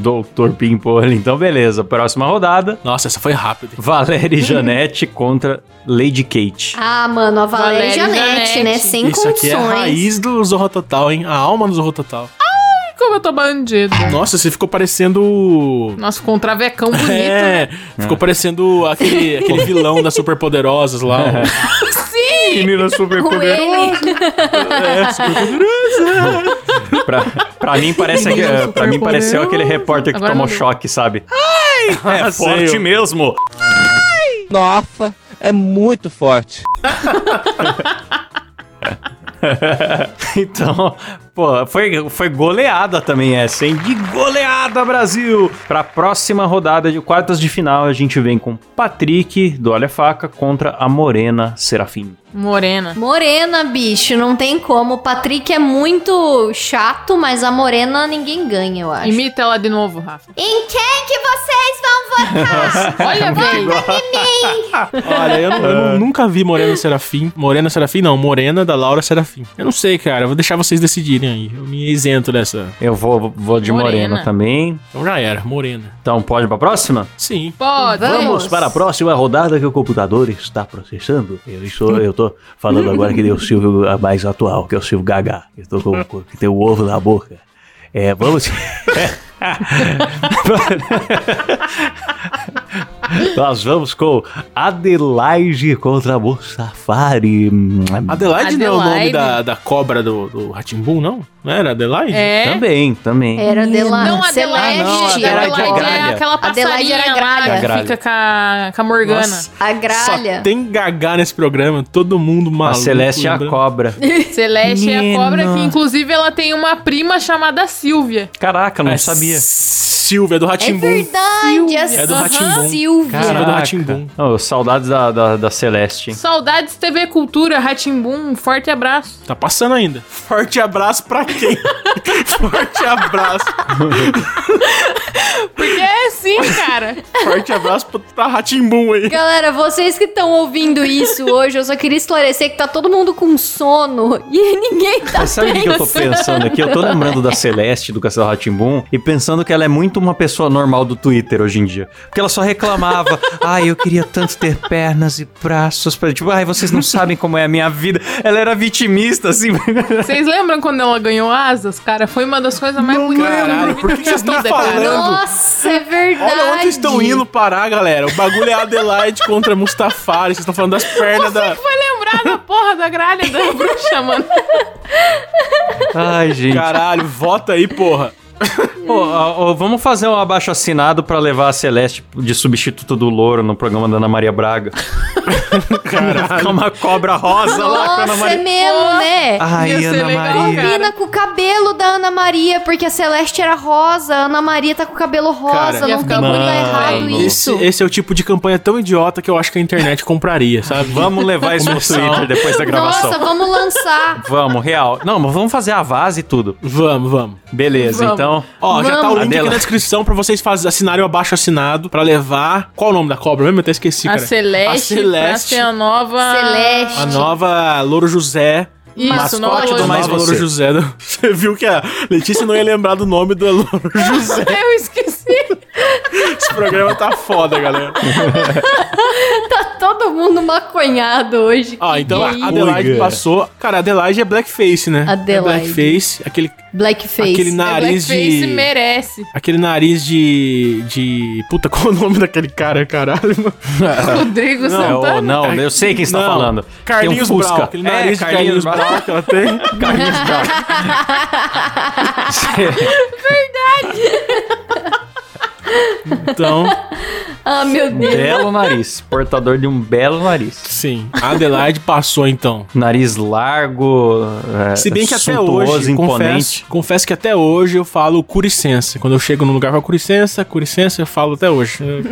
[SPEAKER 1] Doutor Pimpolho. Então, beleza. Próxima rodada.
[SPEAKER 2] Nossa, essa foi rápida.
[SPEAKER 1] Valéria e Janete contra Lady Kate.
[SPEAKER 5] Ah, mano, a Valéria e
[SPEAKER 4] Valéria e
[SPEAKER 5] Janete,
[SPEAKER 4] Janete.
[SPEAKER 5] né? Sem
[SPEAKER 2] Isso aqui é a
[SPEAKER 5] condições.
[SPEAKER 2] raiz do Zorro Total, hein? A alma do Zorro Total.
[SPEAKER 4] Ai, Como eu tô bandido.
[SPEAKER 2] Nossa, você ficou parecendo. o-
[SPEAKER 4] Nossa, com um travecão bonito. né?
[SPEAKER 2] É, ficou parecendo aquele, aquele vilão das Superpoderosas lá. o-
[SPEAKER 4] é.
[SPEAKER 1] Menina super
[SPEAKER 5] Com ele.
[SPEAKER 2] É, superpoderosa.
[SPEAKER 1] pra, pra mim parece aquele- é, pra mim pareceu aquele repórter que
[SPEAKER 4] Agora
[SPEAKER 1] tomou
[SPEAKER 4] não deu.
[SPEAKER 1] choque, sabe? É
[SPEAKER 2] sei, eu-
[SPEAKER 1] mesmo.
[SPEAKER 7] Nossa, é muito forte.
[SPEAKER 1] Então, pô, foi, foi goleada também essa, hein? De goleada, Brasil! Pra próxima rodada de quartas de final, a gente vem com Patrick, do Olha a Faca, contra a Morena Serafim.
[SPEAKER 4] Morena.
[SPEAKER 5] Morena, bicho, não tem como. O Patrick é muito chato, mas a Morena ninguém ganha, eu acho.
[SPEAKER 4] Imita ela de novo, Rafa.
[SPEAKER 5] Em quem que vocês vão votar?
[SPEAKER 4] Olha, velho.
[SPEAKER 2] Olha,
[SPEAKER 1] É.
[SPEAKER 2] eu, não- eu
[SPEAKER 1] Ah,
[SPEAKER 2] não- nunca vi Morena Serafim. Morena Serafim, não. Morena da Laura Serafim. Eu não sei, cara. Eu vou deixar vocês decidirem aí. Eu me isento dessa.
[SPEAKER 1] Eu vou, vou de Morena.
[SPEAKER 4] Morena
[SPEAKER 1] também.
[SPEAKER 2] Então já era, Morena.
[SPEAKER 1] Então, pode pra próxima?
[SPEAKER 2] Sim.
[SPEAKER 4] Pode.
[SPEAKER 5] Vamos.
[SPEAKER 1] Vamos para a próxima rodada que o computador está processando. Eu estou, eu tô falando agora que nem o Silvio mais atual, que é o Silvio Gagá. Eu tô com, com- que tem o ovo na boca. É, vamos. Nós vamos com Adelaide contra Mustafari.
[SPEAKER 2] Adelaide, não é o nome
[SPEAKER 4] Adelaide.
[SPEAKER 2] da, da cobra do, do Ratimbum, não? Não era Adelaide?
[SPEAKER 4] É.
[SPEAKER 1] Também, também.
[SPEAKER 5] Era Adelaide.
[SPEAKER 4] Não, Adelaide.
[SPEAKER 1] Ah, não,
[SPEAKER 5] Celeste.
[SPEAKER 1] Adelaide é
[SPEAKER 4] é
[SPEAKER 1] gralha.
[SPEAKER 4] aquela
[SPEAKER 5] Adelaide
[SPEAKER 4] passarinha
[SPEAKER 5] era
[SPEAKER 4] lá
[SPEAKER 5] gralha.
[SPEAKER 4] que
[SPEAKER 1] Gralha.
[SPEAKER 4] fica com a, com a Morgana.
[SPEAKER 2] Nossa,
[SPEAKER 5] A gralha.
[SPEAKER 2] Só tem gagá nesse programa, todo mundo
[SPEAKER 1] A
[SPEAKER 2] maluco.
[SPEAKER 1] Celeste é a
[SPEAKER 2] lembrando.
[SPEAKER 1] cobra.
[SPEAKER 4] Celeste é a cobra que,
[SPEAKER 1] Menina.
[SPEAKER 4] inclusive, ela tem uma prima chamada Silvia.
[SPEAKER 1] Caraca, não
[SPEAKER 2] É
[SPEAKER 1] sabia.
[SPEAKER 2] Silvia do
[SPEAKER 5] É
[SPEAKER 2] Ratimbum.
[SPEAKER 5] verdade,
[SPEAKER 4] É do
[SPEAKER 5] a
[SPEAKER 2] Rá-Tim-Bum.
[SPEAKER 5] Silvia.
[SPEAKER 2] Cara, Silvia do
[SPEAKER 1] Caraca.
[SPEAKER 2] Rá-Tim-Bum.
[SPEAKER 1] Oh, saudades da, da, da Celeste. hein?
[SPEAKER 4] Saudades TV Cultura, Ratimbum, um forte abraço.
[SPEAKER 2] Tá passando ainda. Forte abraço pra quem? Forte abraço.
[SPEAKER 4] Porque é assim, cara.
[SPEAKER 2] Forte abraço pra- pra Ratimbum aí.
[SPEAKER 5] Galera, vocês que estão ouvindo isso hoje, eu só queria esclarecer que tá todo mundo com sono e ninguém tá.
[SPEAKER 1] Mas sabe o que, que eu tô pensando aqui? Eu tô lembrando da Celeste do Castelo Ratimbum e pensando que ela é muito uma pessoa normal do Twitter hoje em dia. Porque ela só reclamava: ai, eu queria tanto ter pernas e braços. Pra... Tipo, ai, vocês não sabem como é a minha vida. Ela era vitimista, assim.
[SPEAKER 4] Vocês lembram quando ela ganhou asas, cara? Foi uma das coisas mais bonitas que eu
[SPEAKER 2] caralho,
[SPEAKER 4] vi na
[SPEAKER 2] por que
[SPEAKER 4] minha
[SPEAKER 2] vocês estão
[SPEAKER 4] vida,
[SPEAKER 2] falando?
[SPEAKER 4] cara.
[SPEAKER 5] Nossa, é verdade.
[SPEAKER 2] Olha onde estão indo parar, galera. O bagulho é Adelaide contra Mustafari. Vocês estão falando das pernas da.
[SPEAKER 4] Vai lembrar da porra da gralha da bruxa, mano.
[SPEAKER 1] Ai, gente.
[SPEAKER 2] Caralho, vota aí, porra.
[SPEAKER 1] Ô, ô, ô, vamos fazer um abaixo assinado pra levar a Celeste de substituto do Louro no programa da Ana Maria Braga. Cara, uma cobra rosa lá com a Ana
[SPEAKER 5] Nossa, é
[SPEAKER 1] Maria.
[SPEAKER 5] mesmo, né?
[SPEAKER 1] Ai,
[SPEAKER 4] Ia ser
[SPEAKER 1] Ana
[SPEAKER 4] legal,
[SPEAKER 1] Maria.
[SPEAKER 4] cara.
[SPEAKER 5] Combina com o cabelo da Ana Maria, porque a Celeste era rosa, a Ana Maria tá com o cabelo rosa,
[SPEAKER 2] Cara,
[SPEAKER 4] ia
[SPEAKER 5] não
[SPEAKER 4] ficar
[SPEAKER 5] tem como
[SPEAKER 1] muito
[SPEAKER 5] dar errado
[SPEAKER 1] bem.
[SPEAKER 5] isso.
[SPEAKER 2] Esse, esse é o tipo de campanha tão idiota que eu acho que a internet compraria, sabe?
[SPEAKER 1] Vamos levar isso no
[SPEAKER 2] Comercial.
[SPEAKER 1] Twitter depois da gravação.
[SPEAKER 5] Nossa, vamos lançar.
[SPEAKER 1] Vamos, real. Não, mas vamos fazer a vase e tudo.
[SPEAKER 2] Vamos, vamos.
[SPEAKER 1] Beleza,
[SPEAKER 4] Vamos.
[SPEAKER 1] então.
[SPEAKER 2] Ó, já tá o link
[SPEAKER 1] Adela.
[SPEAKER 2] aqui na descrição pra vocês faz, assinarem o abaixo assinado pra levar. Qual o nome da cobra mesmo? Eu até esqueci,
[SPEAKER 4] A
[SPEAKER 2] cara.
[SPEAKER 4] Celeste,
[SPEAKER 2] A Celeste.
[SPEAKER 4] pra ser a
[SPEAKER 5] Ah,
[SPEAKER 4] nova...
[SPEAKER 5] Celeste.
[SPEAKER 2] A nova Louro José.
[SPEAKER 4] Isso,
[SPEAKER 1] Mascote
[SPEAKER 4] nova
[SPEAKER 1] do
[SPEAKER 4] loira.
[SPEAKER 1] Mais
[SPEAKER 2] nova
[SPEAKER 1] Você.
[SPEAKER 2] Louro José. do- Você viu que a Letícia não ia lembrar do nome do Louro José.
[SPEAKER 4] Eu esqueci.
[SPEAKER 2] Esse programa tá foda, galera.
[SPEAKER 5] Todo mundo maconhado hoje.
[SPEAKER 2] Ó, então
[SPEAKER 5] Que
[SPEAKER 2] a
[SPEAKER 5] gay.
[SPEAKER 2] Adelaide
[SPEAKER 1] Ui, cara.
[SPEAKER 2] passou. Cara, a Adelaide é blackface, né?
[SPEAKER 5] Adelaide. É
[SPEAKER 2] É blackface, aquele,
[SPEAKER 5] Blackface.
[SPEAKER 2] aquele nariz
[SPEAKER 4] Blackface
[SPEAKER 2] de.
[SPEAKER 4] merece.
[SPEAKER 2] Aquele nariz de. de. Puta, qual é o nome daquele cara, caralho, mano? Ah. É
[SPEAKER 4] Rodrigo
[SPEAKER 1] Não,
[SPEAKER 4] Santana.
[SPEAKER 1] ô, não, eu sei quem está
[SPEAKER 2] tá- Não,
[SPEAKER 1] falando.
[SPEAKER 2] Carlinhos
[SPEAKER 1] Tem um
[SPEAKER 2] Brau,
[SPEAKER 1] Fusca.
[SPEAKER 2] aquele nariz
[SPEAKER 1] é,
[SPEAKER 2] de Carlinhos Brau, que ela tem.
[SPEAKER 1] Carlinhos Brau.
[SPEAKER 2] Então,
[SPEAKER 5] Ah, meu Deus.
[SPEAKER 1] belo nariz. Portador de um belo nariz.
[SPEAKER 2] sim. A Adelaide passou, então.
[SPEAKER 1] Nariz largo, é,
[SPEAKER 2] Se bem que até
[SPEAKER 1] suntuoso,
[SPEAKER 2] hoje,
[SPEAKER 1] imponente.
[SPEAKER 2] confesso, confesso que até hoje eu falo curicença. Quando eu chego num lugar eu falo curicença, curicença, eu falo até hoje.
[SPEAKER 4] Hum.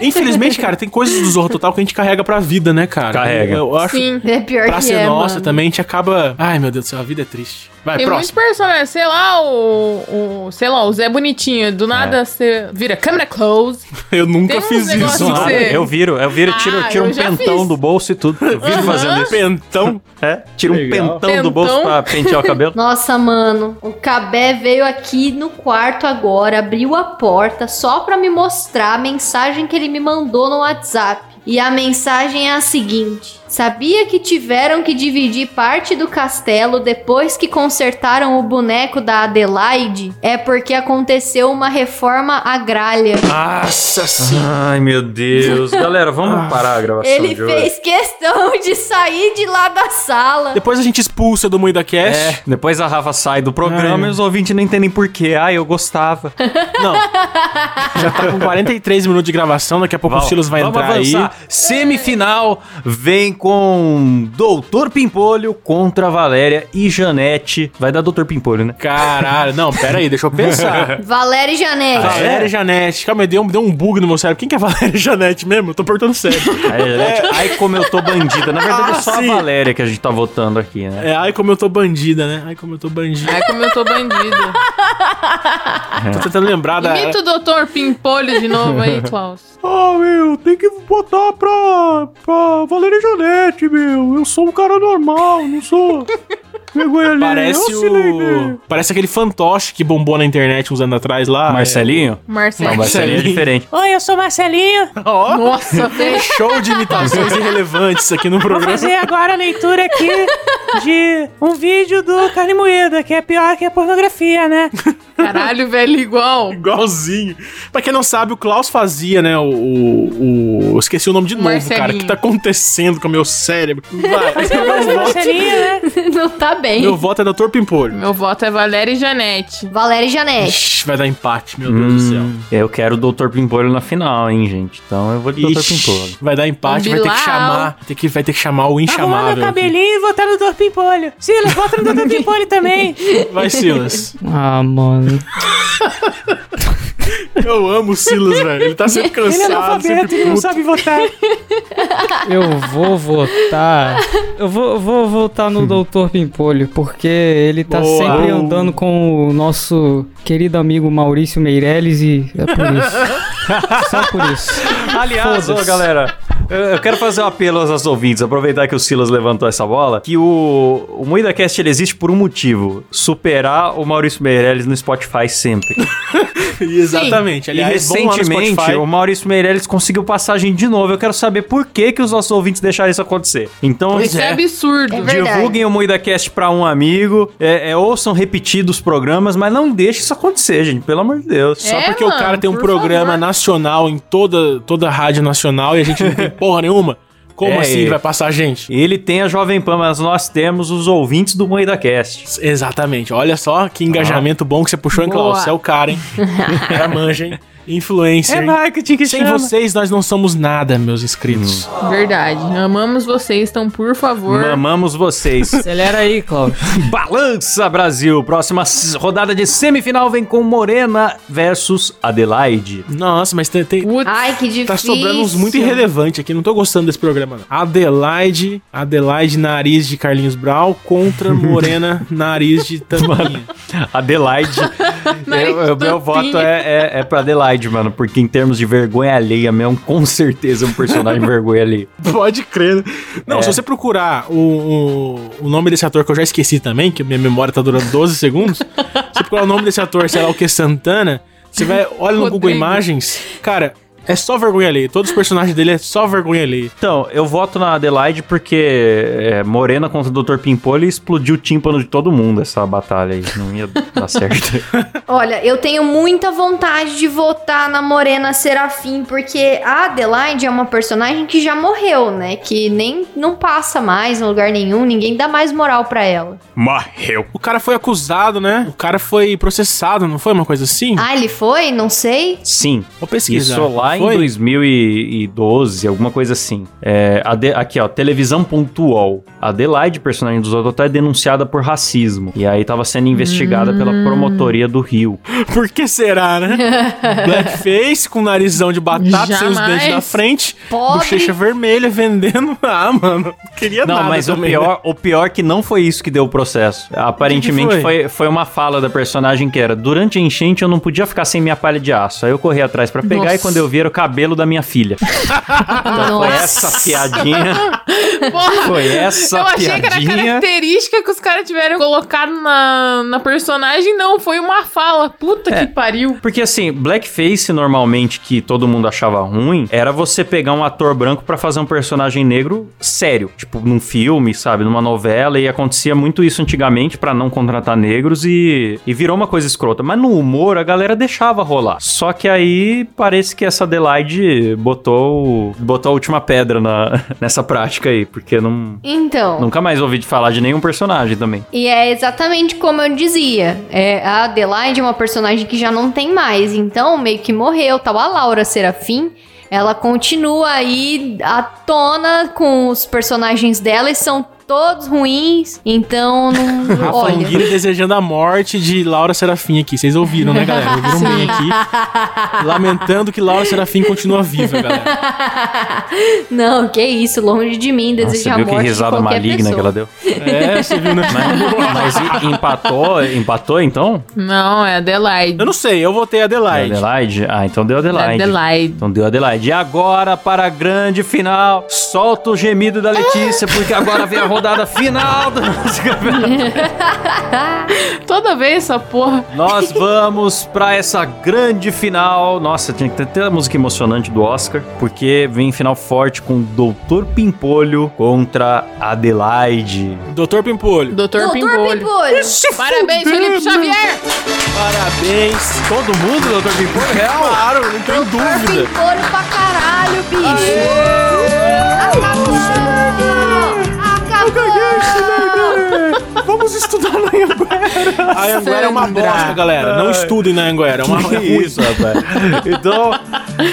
[SPEAKER 2] É. Infelizmente, cara, tem coisas do Zorro Total que a gente carrega pra vida, né, cara?
[SPEAKER 1] Carrega.
[SPEAKER 2] Eu, eu acho...
[SPEAKER 4] Sim.
[SPEAKER 5] É pior
[SPEAKER 2] Pra
[SPEAKER 5] que
[SPEAKER 2] ser
[SPEAKER 5] é,
[SPEAKER 2] nossa
[SPEAKER 5] mano.
[SPEAKER 2] também, a gente acaba... Ai, meu Deus do céu, a vida é triste. Vai,
[SPEAKER 4] Tem muitos
[SPEAKER 2] próximo.
[SPEAKER 4] personagens, sei lá, o, o- Sei lá, o Zé Bonitinho. Do
[SPEAKER 2] É.
[SPEAKER 4] nada você vira câmera close.
[SPEAKER 2] Eu nunca
[SPEAKER 4] Tem uns
[SPEAKER 2] fiz
[SPEAKER 4] negócios
[SPEAKER 2] isso.
[SPEAKER 4] que
[SPEAKER 1] Nada,
[SPEAKER 4] você-
[SPEAKER 1] Eu viro, eu viro, tiro,
[SPEAKER 4] Ah,
[SPEAKER 1] tiro
[SPEAKER 4] eu
[SPEAKER 1] um
[SPEAKER 4] já
[SPEAKER 1] pentão
[SPEAKER 4] fiz.
[SPEAKER 1] do bolso e tudo. Eu viro fazendo isso.
[SPEAKER 2] Pentão.
[SPEAKER 1] É, tiro
[SPEAKER 2] Legal.
[SPEAKER 1] um pentão do bolso
[SPEAKER 4] Pentão.
[SPEAKER 1] pra pentear o cabelo.
[SPEAKER 5] Nossa, mano, o Cabé veio aqui no quarto agora, abriu a porta só pra me mostrar a mensagem que ele me mandou no WhatsApp. E a mensagem é a seguinte: Sabia que tiveram que dividir parte do castelo depois que consertaram o boneco da Adelaide? É porque aconteceu uma reforma agrária.
[SPEAKER 2] Nossa senhora.
[SPEAKER 1] Ai, meu Deus. Galera, vamos parar a gravação
[SPEAKER 5] Ele
[SPEAKER 1] de hoje.
[SPEAKER 5] fez questão de sair de lá da sala.
[SPEAKER 2] Depois a gente expulsa do Moída Cast.
[SPEAKER 1] É, depois a Rafa sai do programa
[SPEAKER 2] Ai.
[SPEAKER 1] e os ouvintes não entendem por quê. Ah, eu gostava.
[SPEAKER 2] Não. Já tá com 43 minutos de gravação, daqui a pouco o Silas vai
[SPEAKER 1] vamos
[SPEAKER 2] entrar
[SPEAKER 1] avançar.
[SPEAKER 2] aí.
[SPEAKER 1] Semifinal vem com Doutor Pimpolho contra Valéria e Janete. Vai dar Doutor Pimpolho, né?
[SPEAKER 2] Caralho, não, pera aí, deixa eu pensar.
[SPEAKER 5] Valéria e Janete.
[SPEAKER 1] Ah, é?
[SPEAKER 2] Valéria Janete, calma aí, deu, um- deu um bug no meu cérebro. Quem que é Valéria Janete mesmo? Eu tô perguntando sério.
[SPEAKER 1] A Janete, ai, como eu tô bandida. Na verdade, é
[SPEAKER 2] É. Ah,
[SPEAKER 1] só
[SPEAKER 2] sim.
[SPEAKER 1] a Valéria que a gente tá votando aqui, né?
[SPEAKER 2] É, ai como eu tô bandida, né? Ai como eu tô bandida.
[SPEAKER 4] Ai, como eu tô bandido.
[SPEAKER 2] Tô tentando lembrar
[SPEAKER 1] Né?
[SPEAKER 2] da...
[SPEAKER 4] Imita o Doutor Pimpolho de novo aí, Klaus.
[SPEAKER 2] Ah, meu, tem que botar pra, pra Valéria Janete, meu. Eu sou um cara normal, não sou... Vergonha Parece o... Parece aquele fantoche que bombou na internet uns anos atrás lá. é.
[SPEAKER 1] Marcelinho?
[SPEAKER 4] Marcelo.
[SPEAKER 1] Não, Marcelinho é
[SPEAKER 2] Marcelinho.
[SPEAKER 1] diferente.
[SPEAKER 8] Oi, eu sou Marcelinho.
[SPEAKER 2] Ó.
[SPEAKER 4] Nossa, velho.
[SPEAKER 2] Show de imitações irrelevantes aqui no
[SPEAKER 8] Vou
[SPEAKER 2] programa.
[SPEAKER 8] fazer agora a leitura aqui de um vídeo do Carne Moída, que é pior que a pornografia, né?
[SPEAKER 4] Caralho, velho, igual.
[SPEAKER 2] Igualzinho. Pra quem não sabe, o Klaus fazia, né? O. o- o- eu esqueci o nome de novo, cara. O
[SPEAKER 4] Marcelinho.
[SPEAKER 2] que tá acontecendo com o meu cérebro? Vai.
[SPEAKER 8] Você
[SPEAKER 2] meu,
[SPEAKER 8] gosta do
[SPEAKER 2] voto,
[SPEAKER 8] um Marcelinho, né?
[SPEAKER 5] Não tá bem.
[SPEAKER 2] meu voto é Dr. Pimpolho.
[SPEAKER 4] Meu voto é Valéria e Janete.
[SPEAKER 5] Valéria e Janete.
[SPEAKER 2] Ixi, vai dar empate, meu Deus
[SPEAKER 1] Hum.
[SPEAKER 2] do céu.
[SPEAKER 1] Eu quero o Doutor Pimpolho na final, hein, gente? Então eu vou de Doutor Pimpolho.
[SPEAKER 2] Ixi, vai dar empate, vai ter que
[SPEAKER 4] Bilal.
[SPEAKER 2] chamar. Tem que, vai ter que chamar o
[SPEAKER 8] Arrumar meu
[SPEAKER 2] inchamável. aqui.
[SPEAKER 8] cabelinho e votar no Dor Pimpolho. Silas, vota no Dor Pimpolho também.
[SPEAKER 2] Vai, Silas.
[SPEAKER 3] Ah, mano.
[SPEAKER 2] Eu amo o Silas, velho. Ele tá sempre cansado.
[SPEAKER 8] Ele é analfabeto
[SPEAKER 2] sempre
[SPEAKER 8] e não
[SPEAKER 2] puto.
[SPEAKER 8] sabe votar.
[SPEAKER 3] Eu vou votar. Eu vou, vou votar no Doutor Pimpolho, porque ele tá
[SPEAKER 2] Boa.
[SPEAKER 3] sempre andando com o nosso querido amigo Maurício Meirelles e é por isso. Só por isso.
[SPEAKER 1] Aliás, ô,
[SPEAKER 3] Foda-se.
[SPEAKER 1] galera, eu- eu quero fazer um apelo aos ouvintes, aproveitar que o Silas levantou essa bola, que o, o MoídaCast ele existe por um motivo, superar o Maurício Meirelles no Spotify sempre.
[SPEAKER 2] Exatamente. Aliás,
[SPEAKER 1] e
[SPEAKER 2] vão lá no
[SPEAKER 1] recentemente,
[SPEAKER 2] Spotify.
[SPEAKER 1] o Maurício Meirelles conseguiu passagem de novo, eu quero saber por que que os nossos ouvintes deixaram isso acontecer. Então,
[SPEAKER 2] Pois
[SPEAKER 4] Isso é,
[SPEAKER 2] é.
[SPEAKER 4] absurdo.
[SPEAKER 5] É verdade.
[SPEAKER 1] divulguem o MoídaCast pra um amigo, é, é, ouçam repetidos programas, mas não deixe isso acontecer, gente, pelo amor de Deus.
[SPEAKER 2] Só
[SPEAKER 4] É,
[SPEAKER 2] porque o
[SPEAKER 4] mano,
[SPEAKER 2] cara tem um
[SPEAKER 4] por
[SPEAKER 2] programa
[SPEAKER 4] favor.
[SPEAKER 2] nacional em toda, toda a rádio nacional e a gente não tem porra nenhuma. Como
[SPEAKER 1] É,
[SPEAKER 2] assim
[SPEAKER 1] é.
[SPEAKER 2] ele vai passar a gente?
[SPEAKER 1] Ele tem a Jovem Pan, mas nós temos os ouvintes do Moeda Cast.
[SPEAKER 2] Exatamente. Olha só que engajamento bom que você puxou, hein, Klaus?
[SPEAKER 4] Boa.
[SPEAKER 2] Você é o cara, hein? Cara manja, hein? Influencer.
[SPEAKER 8] É
[SPEAKER 2] hein?
[SPEAKER 8] marketing que
[SPEAKER 2] Sem
[SPEAKER 8] chama.
[SPEAKER 2] vocês, nós não somos nada, meus inscritos.
[SPEAKER 4] Hum. Verdade. Amamos vocês, então, por favor.
[SPEAKER 1] Mamamos vocês.
[SPEAKER 3] Acelera aí, Cláudio.
[SPEAKER 1] Balança Brasil. Próxima s- rodada de semifinal vem com Morena versus Adelaide.
[SPEAKER 2] Nossa, mas tem, tem-
[SPEAKER 4] Putz,
[SPEAKER 5] Ai, que difícil.
[SPEAKER 2] tá sobrando uns muito irrelevantes aqui. Não tô gostando desse programa, não. Adelaide, Adelaide Nariz de Carlinhos Brau contra Morena Nariz de Tampinha.
[SPEAKER 1] Adelaide. eu, eu, meu
[SPEAKER 4] Tampinha.
[SPEAKER 1] voto é, é, é pra Adelaide, mano. Porque em termos de vergonha alheia mesmo, com certeza é um personagem vergonha alheia.
[SPEAKER 2] Pode crer. né? Não,
[SPEAKER 1] É.
[SPEAKER 2] se você procurar o, o, o nome desse ator, que eu já esqueci também, que minha memória tá durando 12 segundos. se você procurar o nome desse ator, sei lá o que, Santana, você vai, olha no Google
[SPEAKER 4] Rodrigo.
[SPEAKER 2] Imagens, cara, é só vergonha alheia. Todos os personagens dele é só vergonha alheia.
[SPEAKER 1] Então, eu voto na Adelaide porque é, Morena contra o Dr. Pimpolho explodiu o tímpano de todo mundo essa batalha aí. Não ia dar certo.
[SPEAKER 5] Olha, eu tenho muita vontade de votar na Morena Serafim, porque a Adelaide é uma personagem que já morreu, né? Que nem não passa mais em lugar nenhum, ninguém dá mais moral pra ela.
[SPEAKER 6] Morreu.
[SPEAKER 2] O cara foi acusado, né? O cara foi processado, não foi uma coisa assim?
[SPEAKER 5] Ah, ele foi? Não sei.
[SPEAKER 1] Sim.
[SPEAKER 2] Vou pesquisar.
[SPEAKER 1] Isso lá em
[SPEAKER 2] Foi?
[SPEAKER 1] 2012, alguma coisa assim. É, Ade- aqui, ó, televisão.ol. Adelaide, personagem do Zodotá, é denunciada por racismo. E aí tava sendo investigada pela
[SPEAKER 4] Hum.
[SPEAKER 1] promotoria do Rio.
[SPEAKER 2] Por que será, né? Blackface com narizão de batata, seus
[SPEAKER 4] Jamais.
[SPEAKER 2] dentes na frente,
[SPEAKER 5] Pobre.
[SPEAKER 2] bochecha vermelha vendendo. Ah, mano, não queria
[SPEAKER 1] Não,
[SPEAKER 2] nada
[SPEAKER 1] mas o
[SPEAKER 2] também, né?
[SPEAKER 1] pior, o pior é que não foi isso que deu o processo. Aparentemente
[SPEAKER 2] que foi?
[SPEAKER 1] foi? foi uma fala da personagem que era: durante a enchente eu não podia ficar sem minha palha de aço. Aí eu corri atrás pra pegar
[SPEAKER 4] Nossa.
[SPEAKER 1] e quando eu vi era o cabelo da minha filha. Então foi essa piadinha.
[SPEAKER 4] porra.
[SPEAKER 1] Foi essa
[SPEAKER 4] Eu achei que era
[SPEAKER 1] piadinha.
[SPEAKER 4] característica que os caras tiveram colocado na, na personagem, não. Foi uma fala. Puta
[SPEAKER 1] É.
[SPEAKER 4] que pariu.
[SPEAKER 1] Porque assim, blackface normalmente que todo mundo achava ruim era você pegar um ator branco pra fazer um personagem negro sério, tipo num filme, sabe, numa novela e acontecia muito isso antigamente pra não contratar negros e, e virou uma coisa escrota. Mas no humor a galera deixava rolar. Só que aí parece que essa Adelaide botou botou a última pedra na, nessa prática aí, porque não
[SPEAKER 5] Então.
[SPEAKER 1] nunca mais ouvi de falar de nenhum personagem também.
[SPEAKER 5] E é exatamente como eu dizia. É, a Adelaide é uma personagem que já não tem mais, então meio que morreu, tal. A Laura Serafim, ela continua aí à tona com os personagens dela e são todos ruins, então não.
[SPEAKER 2] Rafa
[SPEAKER 5] olha.
[SPEAKER 2] Longini desejando a morte de Laura Serafim aqui. Vocês ouviram, né, galera? Ouviram bem aqui. Lamentando que Laura Serafim continua viva, galera.
[SPEAKER 5] não, que isso, longe de mim, desejar
[SPEAKER 1] viu que
[SPEAKER 5] morte
[SPEAKER 1] risada
[SPEAKER 5] de qualquer
[SPEAKER 1] maligna
[SPEAKER 5] pessoa.
[SPEAKER 1] que ela deu?
[SPEAKER 2] É, você viu, né?
[SPEAKER 1] Mas, mas e- empatou, empatou então?
[SPEAKER 4] Não, é Adelaide.
[SPEAKER 2] Eu não sei, eu votei Adelaide.
[SPEAKER 1] Deu Adelaide? Ah, então deu Adelaide.
[SPEAKER 4] É Adelaide.
[SPEAKER 1] Então deu Adelaide. E agora para a grande final, solta o gemido da Letícia, porque agora vem a rodada final do nosso campeonato.
[SPEAKER 4] Toda vez essa porra.
[SPEAKER 1] Nós vamos para essa grande final. Nossa, tinha que ter até a música emocionante do Oscar, porque vem final forte com Doutor Pimpolho contra Adelaide.
[SPEAKER 2] Doutor Pimpolho,
[SPEAKER 4] Doutor
[SPEAKER 5] Doutor
[SPEAKER 4] Pimpolho.
[SPEAKER 5] Pimpolho.
[SPEAKER 4] Parabéns, Felipe Xavier.
[SPEAKER 2] parabéns.
[SPEAKER 1] Todo mundo, Doutor Pimpolho? Real?
[SPEAKER 2] Claro, não tenho
[SPEAKER 5] Doutor
[SPEAKER 2] dúvida.
[SPEAKER 5] Pimpolho pra caralho, Tá bicho! Acabou! Acabou!
[SPEAKER 2] Vamos estudar na Anguera. A Anguera é uma bosta, galera. Não estudem na Anguera. É uma
[SPEAKER 1] Que
[SPEAKER 2] é ruim.
[SPEAKER 1] isso, rapaz. Então,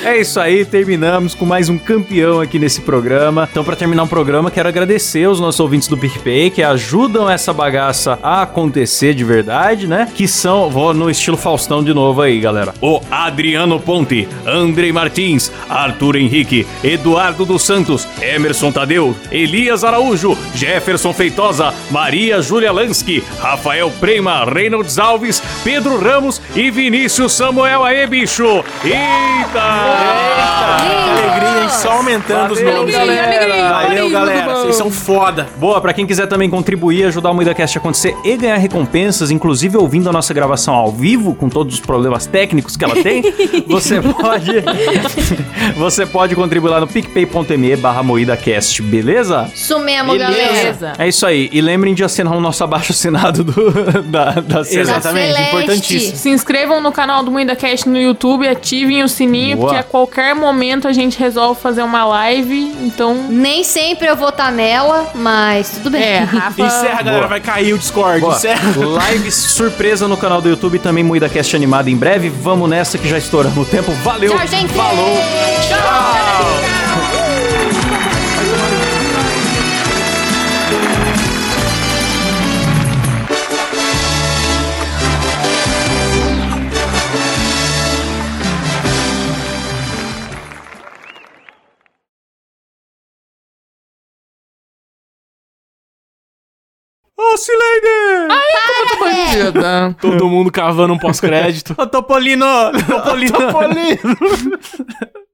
[SPEAKER 1] é isso aí. Terminamos com mais um campeão aqui nesse programa. Então, para terminar o programa, quero agradecer os nossos ouvintes do PicPay que ajudam essa bagaça a acontecer de verdade, né? Que são, vou no estilo Faustão de novo aí, galera. O Adriano Ponte, Andrei Martins, Arthur Henrique, Eduardo dos Santos, Emerson Tadeu, Elias Araújo, Jefferson Feitosa, Maria Júlia Lansky, Rafael Prema, Reynolds Alves, Pedro Ramos e Vinícius Samuel aí, bicho! Eita!
[SPEAKER 2] Alegria hein? só aumentando os
[SPEAKER 1] Valeu,
[SPEAKER 2] nomes.
[SPEAKER 4] galera. Alegria,
[SPEAKER 2] Valeu,
[SPEAKER 4] alegria,
[SPEAKER 2] galera.
[SPEAKER 4] tudo bom.
[SPEAKER 2] Vocês são foda.
[SPEAKER 1] Boa, pra quem quiser também contribuir, ajudar o MuidaCast a acontecer e ganhar recompensas, inclusive ouvindo a nossa gravação ao vivo, com todos os problemas técnicos que ela tem, você pode você pode contribuir lá no picpay.me barra MoídaCast, beleza?
[SPEAKER 5] Isso mesmo, galera.
[SPEAKER 4] Beleza.
[SPEAKER 1] É isso aí. E lembrem de assinar o nosso abaixo assinado do, da, da Celeste.
[SPEAKER 2] Exatamente,
[SPEAKER 5] Tá Celeste.
[SPEAKER 2] importantíssimo.
[SPEAKER 4] Se inscrevam no canal do MuidaCast no YouTube, ativem o sininho,
[SPEAKER 1] Boa.
[SPEAKER 4] que a qualquer momento a gente resolve fazer uma live, então.
[SPEAKER 5] Nem sempre eu vou estar nela, mas tudo bem.
[SPEAKER 4] É, Rafa.
[SPEAKER 2] Encerra, galera, vai cair o Discord.
[SPEAKER 1] Ó,
[SPEAKER 2] Encerra.
[SPEAKER 1] live surpresa no canal do YouTube, também Moída Cast animada em breve. Vamos nessa que já estouramos o tempo. Valeu!
[SPEAKER 5] Tchau, gente!
[SPEAKER 1] Falou!
[SPEAKER 2] Ô, Sileide!
[SPEAKER 4] bandida.
[SPEAKER 2] Todo mundo cavando um pós-crédito.
[SPEAKER 1] Ô, Topolino! Topolino!